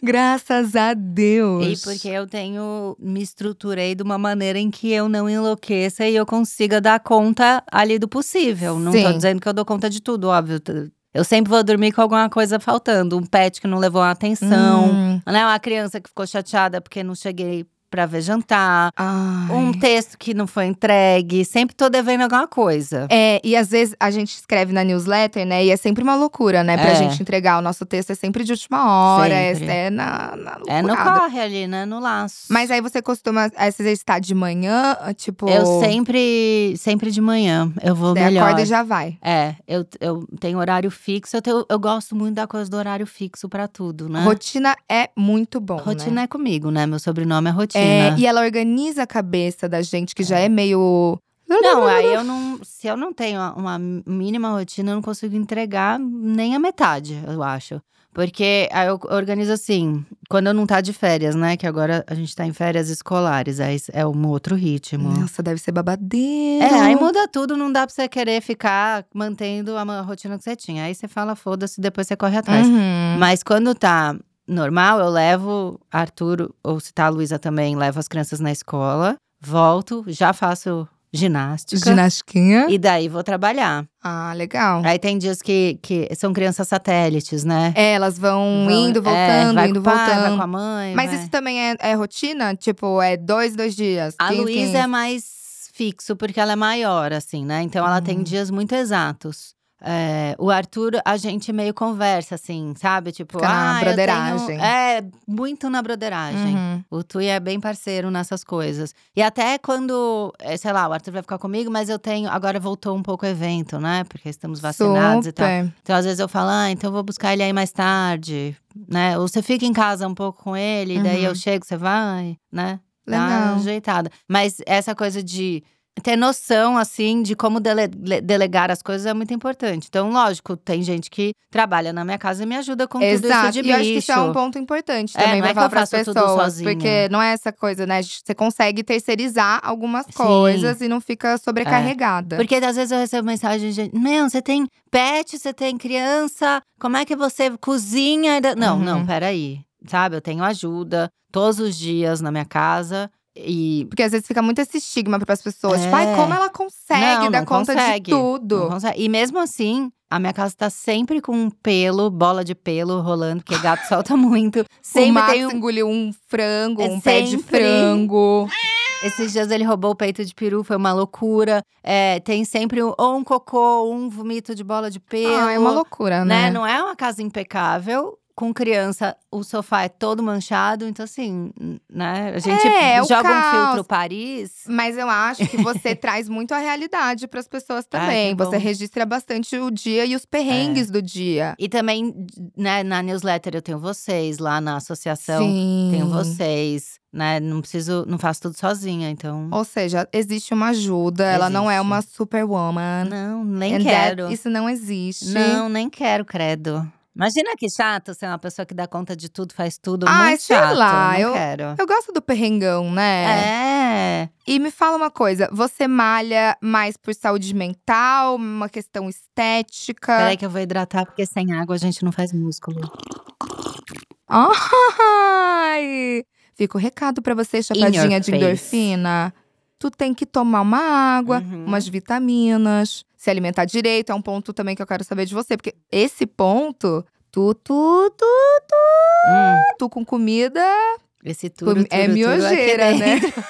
Speaker 3: Graças a Deus.
Speaker 2: E porque eu tenho, me estruturei de uma maneira em que eu não enlouqueça e eu consiga dar conta ali do possível. Não tô
Speaker 3: Sim.
Speaker 2: dizendo que eu dou conta de tudo, óbvio. T- Eu sempre vou dormir com alguma coisa faltando, um pet que não levou a atenção,
Speaker 3: Hum.
Speaker 2: né? Uma criança que ficou chateada porque não cheguei pra ver jantar,
Speaker 3: Ai.
Speaker 2: um texto que não foi entregue, sempre tô devendo alguma coisa.
Speaker 3: É, e às vezes a gente escreve na newsletter, né? E é sempre uma loucura, né? Pra
Speaker 2: É.
Speaker 3: gente entregar. O nosso texto é sempre de última hora, é,
Speaker 2: Sempre.
Speaker 3: é na, na
Speaker 2: É, no
Speaker 3: loucurada.
Speaker 2: corre ali, né? No laço.
Speaker 3: Mas aí você costuma é, se exercitar de manhã, tipo.
Speaker 2: eu sempre, sempre de manhã, eu vou
Speaker 3: Você
Speaker 2: melhor.
Speaker 3: acorda e já vai.
Speaker 2: É, eu, eu tenho horário fixo. Eu, tenho- eu gosto muito da coisa do horário fixo pra tudo, né?
Speaker 3: Rotina é muito bom.
Speaker 2: Rotina
Speaker 3: né?
Speaker 2: é comigo, né? Meu sobrenome é Rotina.
Speaker 3: É, e ela organiza a cabeça da gente, que já é meio.
Speaker 2: Não, é aí eu não. Se eu não tenho uma mínima rotina, eu não consigo entregar nem a metade, eu acho. Porque aí eu organizo assim, quando eu não tá de férias, né? Que agora a gente tá em férias escolares, aí é um outro ritmo.
Speaker 3: Nossa, deve ser babadeiro.
Speaker 2: É, aí muda tudo, não dá pra você querer ficar mantendo a ma- rotina que você tinha. Aí você fala, foda-se, depois você corre atrás.
Speaker 3: Uhum.
Speaker 2: Mas quando tá normal, eu levo Arthur, ou se tá a Luísa também, levo as crianças na escola, volto, já faço ginástica.
Speaker 3: Ginastiquinha.
Speaker 2: E É. daí vou trabalhar.
Speaker 3: Ah, legal.
Speaker 2: Aí tem dias que, que são crianças satélites, né?
Speaker 3: É, elas vão,
Speaker 2: Vão-
Speaker 3: indo,
Speaker 2: é,
Speaker 3: voltando,
Speaker 2: vai
Speaker 3: indo,
Speaker 2: com o pai, Vai
Speaker 3: voltando.
Speaker 2: com a mãe.
Speaker 3: Mas
Speaker 2: vai.
Speaker 3: isso também é, é rotina? Tipo, é dois, dois dias?
Speaker 2: A
Speaker 3: quinze,
Speaker 2: Luísa é mais fixo, porque ela é maior, assim, né? Então ela tem
Speaker 3: Hum.
Speaker 2: dias muito exatos. É, o Arthur, a gente meio conversa, assim, sabe? Tipo,
Speaker 3: Fica na
Speaker 2: ah, eu tenho-"
Speaker 3: broderagem. Uhum.
Speaker 2: É, muito na broderagem.
Speaker 3: 15?
Speaker 2: O Tui é bem parceiro nessas coisas. E até quando, eh, sei lá, o Arthur vai ficar comigo, mas eu tenho. Agora voltou um pouco o evento, né? Porque estamos vacinados e tal.
Speaker 3: Super.
Speaker 2: Então, às vezes eu falo, ah, então eu vou buscar ele aí mais tarde, né? Ou você fica em casa um pouco com ele, daí eu
Speaker 3: Uhum.
Speaker 2: chego, você vai, né? Dá uma
Speaker 3: Legal.
Speaker 2: ajeitada. Mas essa coisa de ter noção, assim, de como dele- le- delegar as coisas é muito importante. Então, lógico, tem gente que trabalha na minha casa e me ajuda com tudo isso
Speaker 3: Exato.
Speaker 2: de
Speaker 3: e eu acho que isso é um
Speaker 2: bicho.
Speaker 3: ponto importante
Speaker 2: É,
Speaker 3: também
Speaker 2: não
Speaker 3: pra
Speaker 2: é que
Speaker 3: falar
Speaker 2: eu
Speaker 3: pras
Speaker 2: faço tudo
Speaker 3: pessoas.
Speaker 2: sozinha.
Speaker 3: Porque não é essa coisa, né? Você consegue terceirizar algumas
Speaker 2: Sim. É.
Speaker 3: coisas e não fica sobrecarregada.
Speaker 2: Porque às vezes eu recebo mensagem de gente, meu, você tem pet, você tem criança, como é que você cozinha? Não,
Speaker 3: Uhum.
Speaker 2: não, peraí. Sabe, eu tenho ajuda todos os dias na minha casa. E
Speaker 3: Porque às vezes fica muito esse estigma pras pessoas. Tipo, ai,
Speaker 2: É.
Speaker 3: como ela consegue
Speaker 2: Não,
Speaker 3: dar
Speaker 2: não
Speaker 3: conta
Speaker 2: consegue.
Speaker 3: de
Speaker 2: não
Speaker 3: tudo?
Speaker 2: consegue- E mesmo assim, a minha casa tá sempre com um pelo, bola de pelo rolando, porque gato solta muito.
Speaker 3: o
Speaker 2: Sempre
Speaker 3: Max
Speaker 2: tem um.
Speaker 3: engoliu um frango,
Speaker 2: É
Speaker 3: um pé de
Speaker 2: sempre.
Speaker 3: frango.
Speaker 2: Esses dias ele roubou o peito de peru, foi uma loucura. É, tem sempre um, ou um cocô, ou um vomito de bola de pelo.
Speaker 3: Ah, é Ah, uma loucura, né?
Speaker 2: né? Não é uma casa impecável. com criança, o sofá é todo manchado, então assim, né? A gente
Speaker 3: É, o
Speaker 2: joga um
Speaker 3: caos.
Speaker 2: filtro Paris.
Speaker 3: Mas eu acho que você traz muito a realidade para as pessoas
Speaker 2: Ah,
Speaker 3: também.
Speaker 2: que bom. É.
Speaker 3: você registra bastante o dia e os perrengues do dia.
Speaker 2: E também, né, na newsletter eu tenho vocês, lá na associação
Speaker 3: Sim.
Speaker 2: tenho vocês, né? Não preciso, não faço tudo sozinha, então.
Speaker 3: Ou seja, existe uma ajuda, ela não é
Speaker 2: Existe.
Speaker 3: uma superwoman.
Speaker 2: Não, nem
Speaker 3: And that-
Speaker 2: quero.
Speaker 3: isso não existe.
Speaker 2: Não, nem quero, credo. Imagina que chato ser uma pessoa que dá conta de tudo, faz tudo,
Speaker 3: Ai,
Speaker 2: muito
Speaker 3: sei
Speaker 2: chato.
Speaker 3: lá,
Speaker 2: não
Speaker 3: eu-
Speaker 2: quero.
Speaker 3: Eu gosto do perrengão, né?
Speaker 2: É.
Speaker 3: E me fala uma coisa, você malha mais por saúde mental, uma questão estética?
Speaker 2: Peraí que eu vou hidratar, porque sem água a gente não faz músculo.
Speaker 3: Ai! Fica o recado pra você, chapadinha
Speaker 2: your
Speaker 3: de
Speaker 2: face.
Speaker 3: endorfina. Tu tem que tomar uma água,
Speaker 2: Uhum.
Speaker 3: umas vitaminas, se alimentar direito. É um ponto também que eu quero saber de você, porque esse ponto, tu, tu, tu,
Speaker 2: Hum,
Speaker 3: tu com comida
Speaker 2: esse tudo,
Speaker 3: é
Speaker 2: tudo, tudo aqui
Speaker 3: miojeira, né?
Speaker 2: dentro.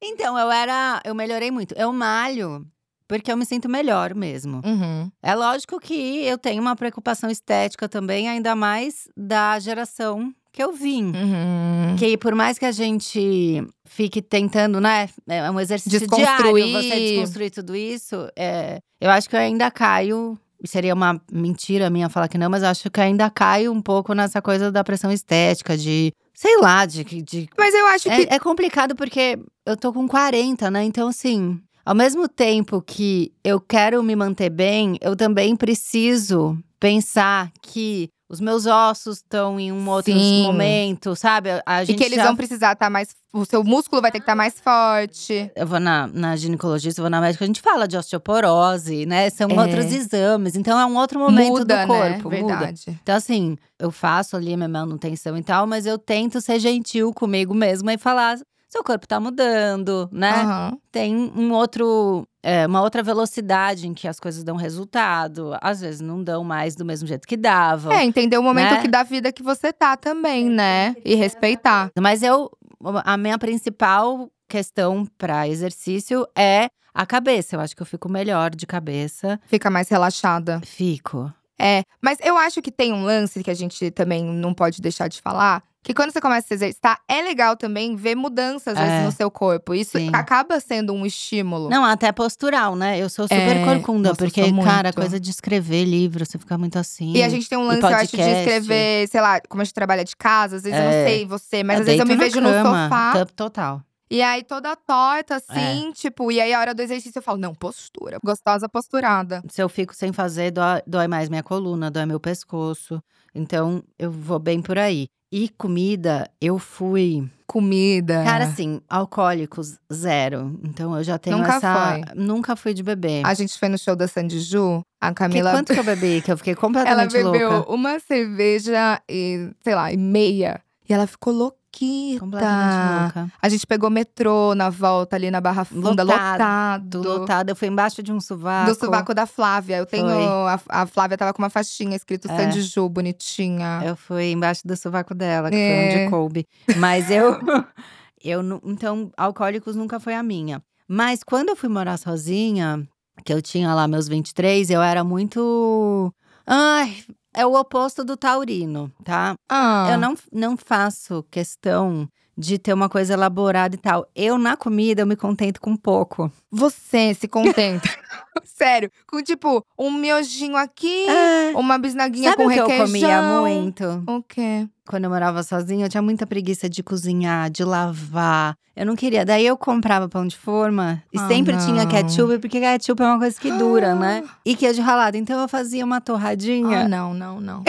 Speaker 2: então, eu era. Eu melhorei muito. Eu malho porque eu me sinto melhor mesmo.
Speaker 3: Uhum.
Speaker 2: É lógico que eu tenho uma preocupação estética também, ainda mais da geração que eu vim.
Speaker 3: Uhum.
Speaker 2: Que por mais que a gente fique tentando, né? É um exercício
Speaker 3: Desconstruir.
Speaker 2: diário você desconstruir tudo isso. é, eu acho que eu ainda caio. Seria uma mentira minha falar que não, mas eu acho que eu ainda caio um pouco nessa coisa da pressão estética, de. Sei lá, de. que- de
Speaker 3: Mas eu acho que.
Speaker 2: é, é complicado porque eu tô com 40, né? Então, assim, ao mesmo tempo que eu quero me manter bem, eu também preciso pensar que os meus ossos estão em um outro
Speaker 3: Sim.
Speaker 2: momento, sabe? A- A
Speaker 3: E
Speaker 2: gente
Speaker 3: que eles
Speaker 2: já-
Speaker 3: vão precisar estar mais. O seu músculo vai ter que estar mais forte.
Speaker 2: Eu vou na, na ginecologista, eu vou na médica, a gente fala de osteoporose, né? São
Speaker 3: É.
Speaker 2: outros exames. Então é um outro momento
Speaker 3: muda,
Speaker 2: do corpo.
Speaker 3: né?
Speaker 2: Muda.
Speaker 3: Verdade.
Speaker 2: Então, assim, eu faço ali minha manutenção e tal, mas eu tento ser gentil comigo mesma e falar: seu corpo tá mudando, né?
Speaker 3: Aham.
Speaker 2: tem um outro, é, uma outra velocidade em que as coisas dão resultado. Às vezes não dão mais do mesmo jeito que davam.
Speaker 3: É, entender o momento
Speaker 2: né?
Speaker 3: que da vida que você tá também, né? E respeitar.
Speaker 2: Mas eu, a minha principal questão para exercício é a cabeça. Eu acho que eu fico melhor de cabeça.
Speaker 3: Fica mais relaxada.
Speaker 2: Fico.
Speaker 3: É, mas eu acho que tem um lance que a gente também não pode deixar de falar. Que quando você começa a se exercitar, é legal também ver mudanças às vezes,
Speaker 2: É.
Speaker 3: no seu corpo. Isso
Speaker 2: Sim.
Speaker 3: acaba sendo um estímulo.
Speaker 2: Não, até postural, né? Eu sou super
Speaker 3: É,
Speaker 2: corcunda,
Speaker 3: nossa, eu
Speaker 2: porque,
Speaker 3: sou muito.
Speaker 2: cara, coisa de escrever livro, você fica muito assim.
Speaker 3: E a gente tem um lance, eu acho, de
Speaker 2: podcast.
Speaker 3: escrever, sei lá, como a gente trabalha de casa. Às vezes eu não
Speaker 2: É.
Speaker 3: sei você, mas
Speaker 2: Eu
Speaker 3: às vezes eu me
Speaker 2: deito na
Speaker 3: vejo no
Speaker 2: cama, Então É.
Speaker 3: sofá.
Speaker 2: t- Total.
Speaker 3: E aí toda torta, assim, tipo. E aí a hora do exercício eu falo, não, postura. Gostosa posturada.
Speaker 2: se eu fico sem fazer, dói, dói mais minha coluna, dói meu pescoço. Então, eu vou bem por aí. E comida, eu fui.
Speaker 3: Comida.
Speaker 2: Cara, assim, alcoólicos, zero. Então eu já tenho
Speaker 3: Nunca
Speaker 2: essa. Nunca fui de beber.
Speaker 3: A gente foi no show da Sandy Ju, a
Speaker 2: Que,
Speaker 3: Camila.
Speaker 2: quanto que eu bebi? Que eu fiquei
Speaker 3: ela
Speaker 2: completamente
Speaker 3: bebeu
Speaker 2: louca.
Speaker 3: uma cerveja e, sei lá, e meia. E ela ficou louquita.
Speaker 2: Completamente louca.
Speaker 3: A gente pegou metrô na volta ali na Barra Funda, lotado.
Speaker 2: Lotado. Lotada, eu fui embaixo de um sovaco.
Speaker 3: Do sovaco da Flávia. Eu tenho.
Speaker 2: Foi.
Speaker 3: A, a Flávia tava com uma faixinha escrito
Speaker 2: É.
Speaker 3: Sandy Ju, bonitinha.
Speaker 2: Eu fui embaixo do sovaco dela, que foi
Speaker 3: Ah. É.
Speaker 2: onde coube. Mas eu. eu nu- então, alcoólicos nunca foi a minha. Mas quando eu fui morar sozinha, que eu tinha lá meus 23, eu era muito. Ai, é o oposto do taurino, tá?
Speaker 3: Ah,
Speaker 2: Eu não, não faço questão de ter uma coisa elaborada e tal. Eu, na comida, eu me contento com pouco.
Speaker 3: Você se contenta. Sério, com tipo, um miojinho aqui,
Speaker 2: É.
Speaker 3: uma bisnaguinha
Speaker 2: Sabe
Speaker 3: com
Speaker 2: o que eu
Speaker 3: requeijão.
Speaker 2: comia muito?
Speaker 3: O quê?
Speaker 2: quando eu morava sozinha, eu tinha muita preguiça de cozinhar, de lavar. Eu não queria. Daí eu comprava pão de forma e
Speaker 3: Ah,
Speaker 2: sempre tinha
Speaker 3: não.
Speaker 2: ketchup, porque ketchup é uma coisa que dura, né? E queijo ralado. Então eu fazia uma torradinha.
Speaker 3: Ah, não, não, não.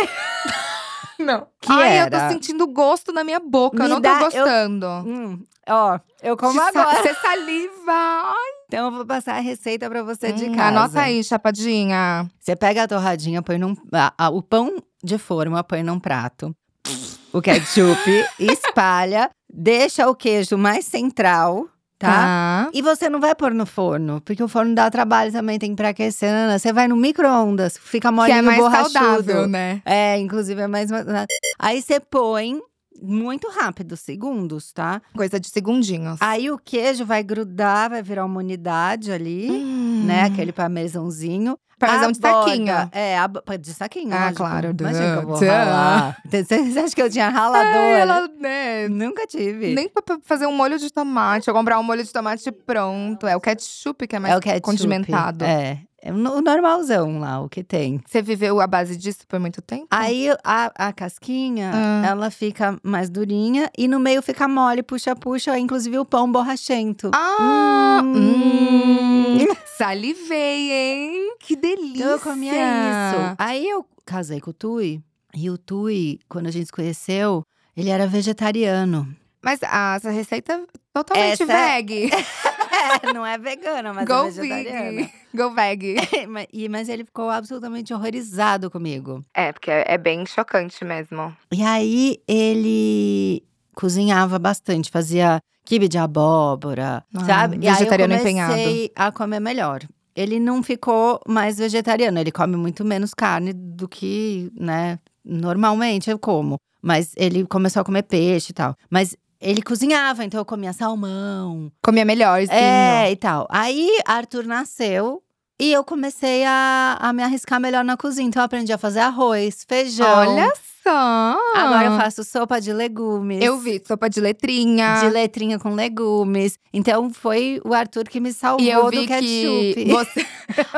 Speaker 3: não.
Speaker 2: Que
Speaker 3: Ai, eu
Speaker 2: era?
Speaker 3: tô sentindo gosto na minha boca, eu
Speaker 2: Me
Speaker 3: não
Speaker 2: dá-
Speaker 3: tô
Speaker 2: eu-
Speaker 3: gostando.
Speaker 2: Hum, ó, eu como
Speaker 3: Você Ah, sa-
Speaker 2: agora.
Speaker 3: Você saliva. Ai,
Speaker 2: Então eu vou passar a receita pra você é de
Speaker 3: hum,
Speaker 2: casa.
Speaker 3: Anota aí, chapadinha.
Speaker 2: Você pega a torradinha, põe num. a- a- o pão de forma, põe num prato. O ketchup, espalha, deixa o queijo mais central, tá? E você não vai pôr no forno, porque o forno dá trabalho também, tem que pra aquecer. nanana. Você vai no micro-ondas, fica
Speaker 3: Que é
Speaker 2: molinho,
Speaker 3: mais
Speaker 2: borrachudo.
Speaker 3: saudável, né?
Speaker 2: É, inclusive é mais… Aí você põe muito rápido, segundos, tá?
Speaker 3: Coisa de segundinhos.
Speaker 2: Aí o queijo vai grudar, vai virar uma unidade ali.
Speaker 3: Hum.
Speaker 2: né? Aquele parmesãozinho.
Speaker 3: Parmesão de
Speaker 2: Aborda.
Speaker 3: saquinho.
Speaker 2: É, a, bo- de saquinho.
Speaker 3: Ah,
Speaker 2: lógico.
Speaker 3: claro.
Speaker 2: Imagina que eu vou
Speaker 3: Duh.
Speaker 2: ralar. Você acha que eu tinha ralador?
Speaker 3: É, ela, né,
Speaker 2: Nunca tive.
Speaker 3: nem pra pra fazer um molho de tomate, ou comprar um molho de tomate pronto. É o ketchup que é mais
Speaker 2: é o ketchup.
Speaker 3: condimentado.
Speaker 2: É. É o normalzão lá, o que tem.
Speaker 3: Você viveu a base disso por muito tempo?
Speaker 2: Aí a, a casquinha,
Speaker 3: Hum. Ah.
Speaker 2: ela fica mais durinha e no meio fica mole, puxa, puxa, inclusive o pão borrachento.
Speaker 3: Ah!
Speaker 2: Hum.
Speaker 3: hum. Salivei, hein? Que delícia!
Speaker 2: Então eu comia isso. Aí eu casei com o Tui, e o Tui, quando a gente se conheceu, ele era vegetariano.
Speaker 3: Mas ah, essa receita é totalmente
Speaker 2: Essa-
Speaker 3: veg.
Speaker 2: É, não é vegano, mas
Speaker 3: Go
Speaker 2: é vegetariano.
Speaker 3: veg. Go veg.
Speaker 2: Mas- e- mas ele ficou absolutamente horrorizado comigo.
Speaker 1: É, porque é, é bem chocante mesmo.
Speaker 2: E aí ele cozinhava bastante, fazia quibe de abóbora,
Speaker 3: Ah,
Speaker 2: sabe?
Speaker 3: vegetariano
Speaker 2: e aí eu
Speaker 3: empenhado.
Speaker 2: comecei a comer melhor. Ele não ficou mais vegetariano, ele come muito menos carne do que, né, normalmente eu como. Mas ele começou a comer peixe e tal. Mas ele cozinhava, então eu comia salmão,
Speaker 3: Comia melhorzinho.
Speaker 2: é, e tal. Aí Arthur nasceu e eu comecei a, a me arriscar melhor na cozinha. Então eu aprendi a fazer arroz, feijão.
Speaker 3: Olha só!
Speaker 2: Agora eu faço sopa de legumes.
Speaker 3: Ah. Eu vi, Ah. sopa de letrinha.
Speaker 2: De letrinha com legumes. Então foi o Arthur que me salvou
Speaker 3: E eu vi
Speaker 2: do ketchup.
Speaker 3: que você…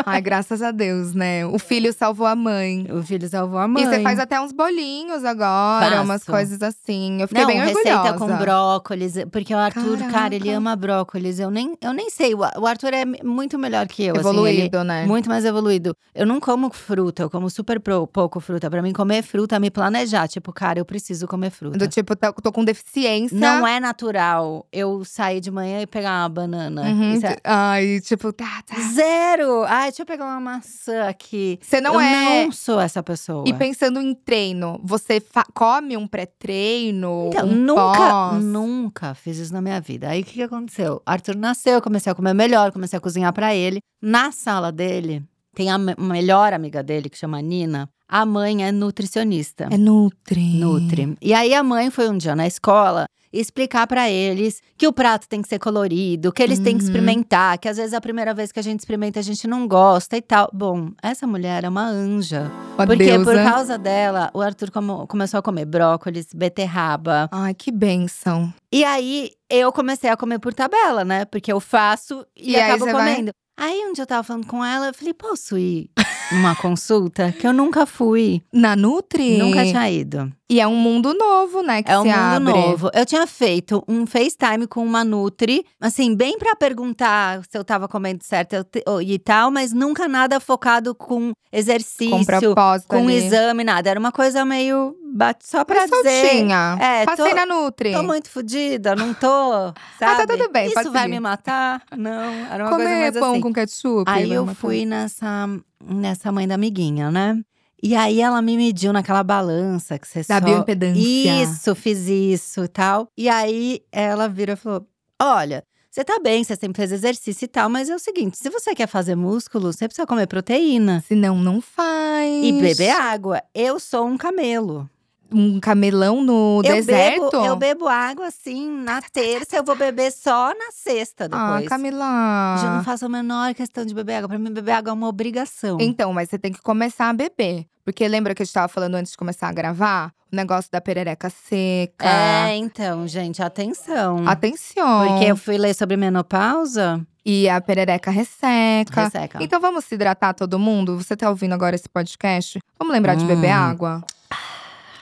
Speaker 3: Ai, graças a Deus, né? O filho salvou a mãe.
Speaker 2: O filho salvou a É. mãe.
Speaker 3: E você faz até uns bolinhos agora,
Speaker 2: Faço.
Speaker 3: umas coisas assim. Eu fiquei
Speaker 2: Não,
Speaker 3: bem orgulhosa.
Speaker 2: receita com brócolis. Porque o Arthur, cara, ele
Speaker 3: Caraca.
Speaker 2: ama brócolis. Eu nem, eu nem sei. O o Arthur é muito melhor que eu. assim, ele-
Speaker 3: Evoluído, né?
Speaker 2: Muito mais evoluído. Eu não como fruta, eu como super pro- pouco fruta. Pra mim, comer fruta é me planejar. Tipo, cara, eu preciso comer fruta.
Speaker 3: Do tipo, tô, tô com deficiência.
Speaker 2: Não é natural eu sair de manhã e pegar uma banana.
Speaker 3: Uhum.
Speaker 2: Isso é-
Speaker 3: Ai, tipo, tá, tá.
Speaker 2: Zero! Ai, deixa eu pegar uma maçã aqui.
Speaker 3: Você não
Speaker 2: eu
Speaker 3: é.
Speaker 2: não sou é. essa pessoa.
Speaker 3: E pensando em treino, você fa- come um pré-treino?
Speaker 2: Então,
Speaker 3: um
Speaker 2: nunca,
Speaker 3: pós?
Speaker 2: nunca fiz isso na minha vida. Aí o que, que aconteceu? Arthur nasceu, eu comecei a comer melhor, comecei a cozinhar pra ele. Na sala dele, tem a me- melhor amiga dele, que chama Nina. A mãe é nutricionista.
Speaker 3: É Nutri.
Speaker 2: Nutre. E aí a mãe foi um dia na escola explicar pra eles que o prato tem que ser colorido, que eles têm que
Speaker 3: Uhum.
Speaker 2: experimentar, que às vezes é a primeira vez que a gente experimenta a gente não gosta e tal. Bom, essa mulher é uma anja.
Speaker 3: Uma
Speaker 2: porque por
Speaker 3: deusa.
Speaker 2: causa dela, o Arthur como- começou a comer brócolis, beterraba.
Speaker 3: Ai, que benção.
Speaker 2: E aí eu comecei a comer por tabela, né? Porque eu faço e,
Speaker 3: E aí
Speaker 2: acabo
Speaker 3: você vai?
Speaker 2: comendo. Aí um dia eu tava falando com ela, eu falei, posso ir numa consulta? Que eu nunca fui,
Speaker 3: Na Nutri?
Speaker 2: nunca tinha ido.
Speaker 3: E é um mundo novo, né? Que
Speaker 2: É um
Speaker 3: se
Speaker 2: mundo
Speaker 3: abre.
Speaker 2: novo. Eu tinha feito um FaceTime com uma Nutri, assim, bem pra perguntar se eu tava comendo certo eu te- ou- e tal, mas nunca nada focado com exercício,
Speaker 3: Com propósito.
Speaker 2: com
Speaker 3: ali.
Speaker 2: exame, nada. Era uma coisa meio bate só pra
Speaker 3: Mas
Speaker 2: dizer.
Speaker 3: soltinha.
Speaker 2: É,
Speaker 3: Passei
Speaker 2: tô-
Speaker 3: na Nutri.
Speaker 2: Tô muito fodida, não tô. Sabe?
Speaker 3: tá tudo bem,
Speaker 2: Isso
Speaker 3: pode
Speaker 2: vai
Speaker 3: seguir.
Speaker 2: me matar? Não. Era uma coisa
Speaker 3: Comer
Speaker 2: mais
Speaker 3: pão
Speaker 2: assim.
Speaker 3: com né, ketchup.
Speaker 2: Aí
Speaker 3: vai
Speaker 2: eu
Speaker 3: matar.
Speaker 2: fui nessa, nessa mãe da amiguinha, né? E aí ela me mediu naquela balança que você
Speaker 3: Da
Speaker 2: só…
Speaker 3: bioimpedância.
Speaker 2: Isso, fiz isso e tal. E aí ela vira e falou: Olha, você tá bem, você sempre fez exercício e tal, mas é o seguinte: se você quer fazer músculo, você precisa comer proteína
Speaker 3: Senão, não faz.
Speaker 2: e beber água. Eu sou um camelo.
Speaker 3: Um camelão no
Speaker 2: eu
Speaker 3: deserto?
Speaker 2: Bebo, eu bebo água assim na terça, eu vou beber só na sexta
Speaker 3: Ah,
Speaker 2: depois.
Speaker 3: Camila.
Speaker 2: Eu não faço a menor questão de beber água. Pra mim, beber água é uma obrigação.
Speaker 3: Então, mas você tem que começar a beber. Porque lembra que a gente tava falando antes de começar a gravar? O negócio da perereca seca.
Speaker 2: É, então, gente, atenção.
Speaker 3: Atenção.
Speaker 2: Porque eu fui ler sobre menopausa,
Speaker 3: E a perereca resseca.
Speaker 2: resseca.
Speaker 3: Então vamos se hidratar todo mundo? Você tá ouvindo agora esse podcast? Vamos lembrar de beber
Speaker 2: Hum.
Speaker 3: água?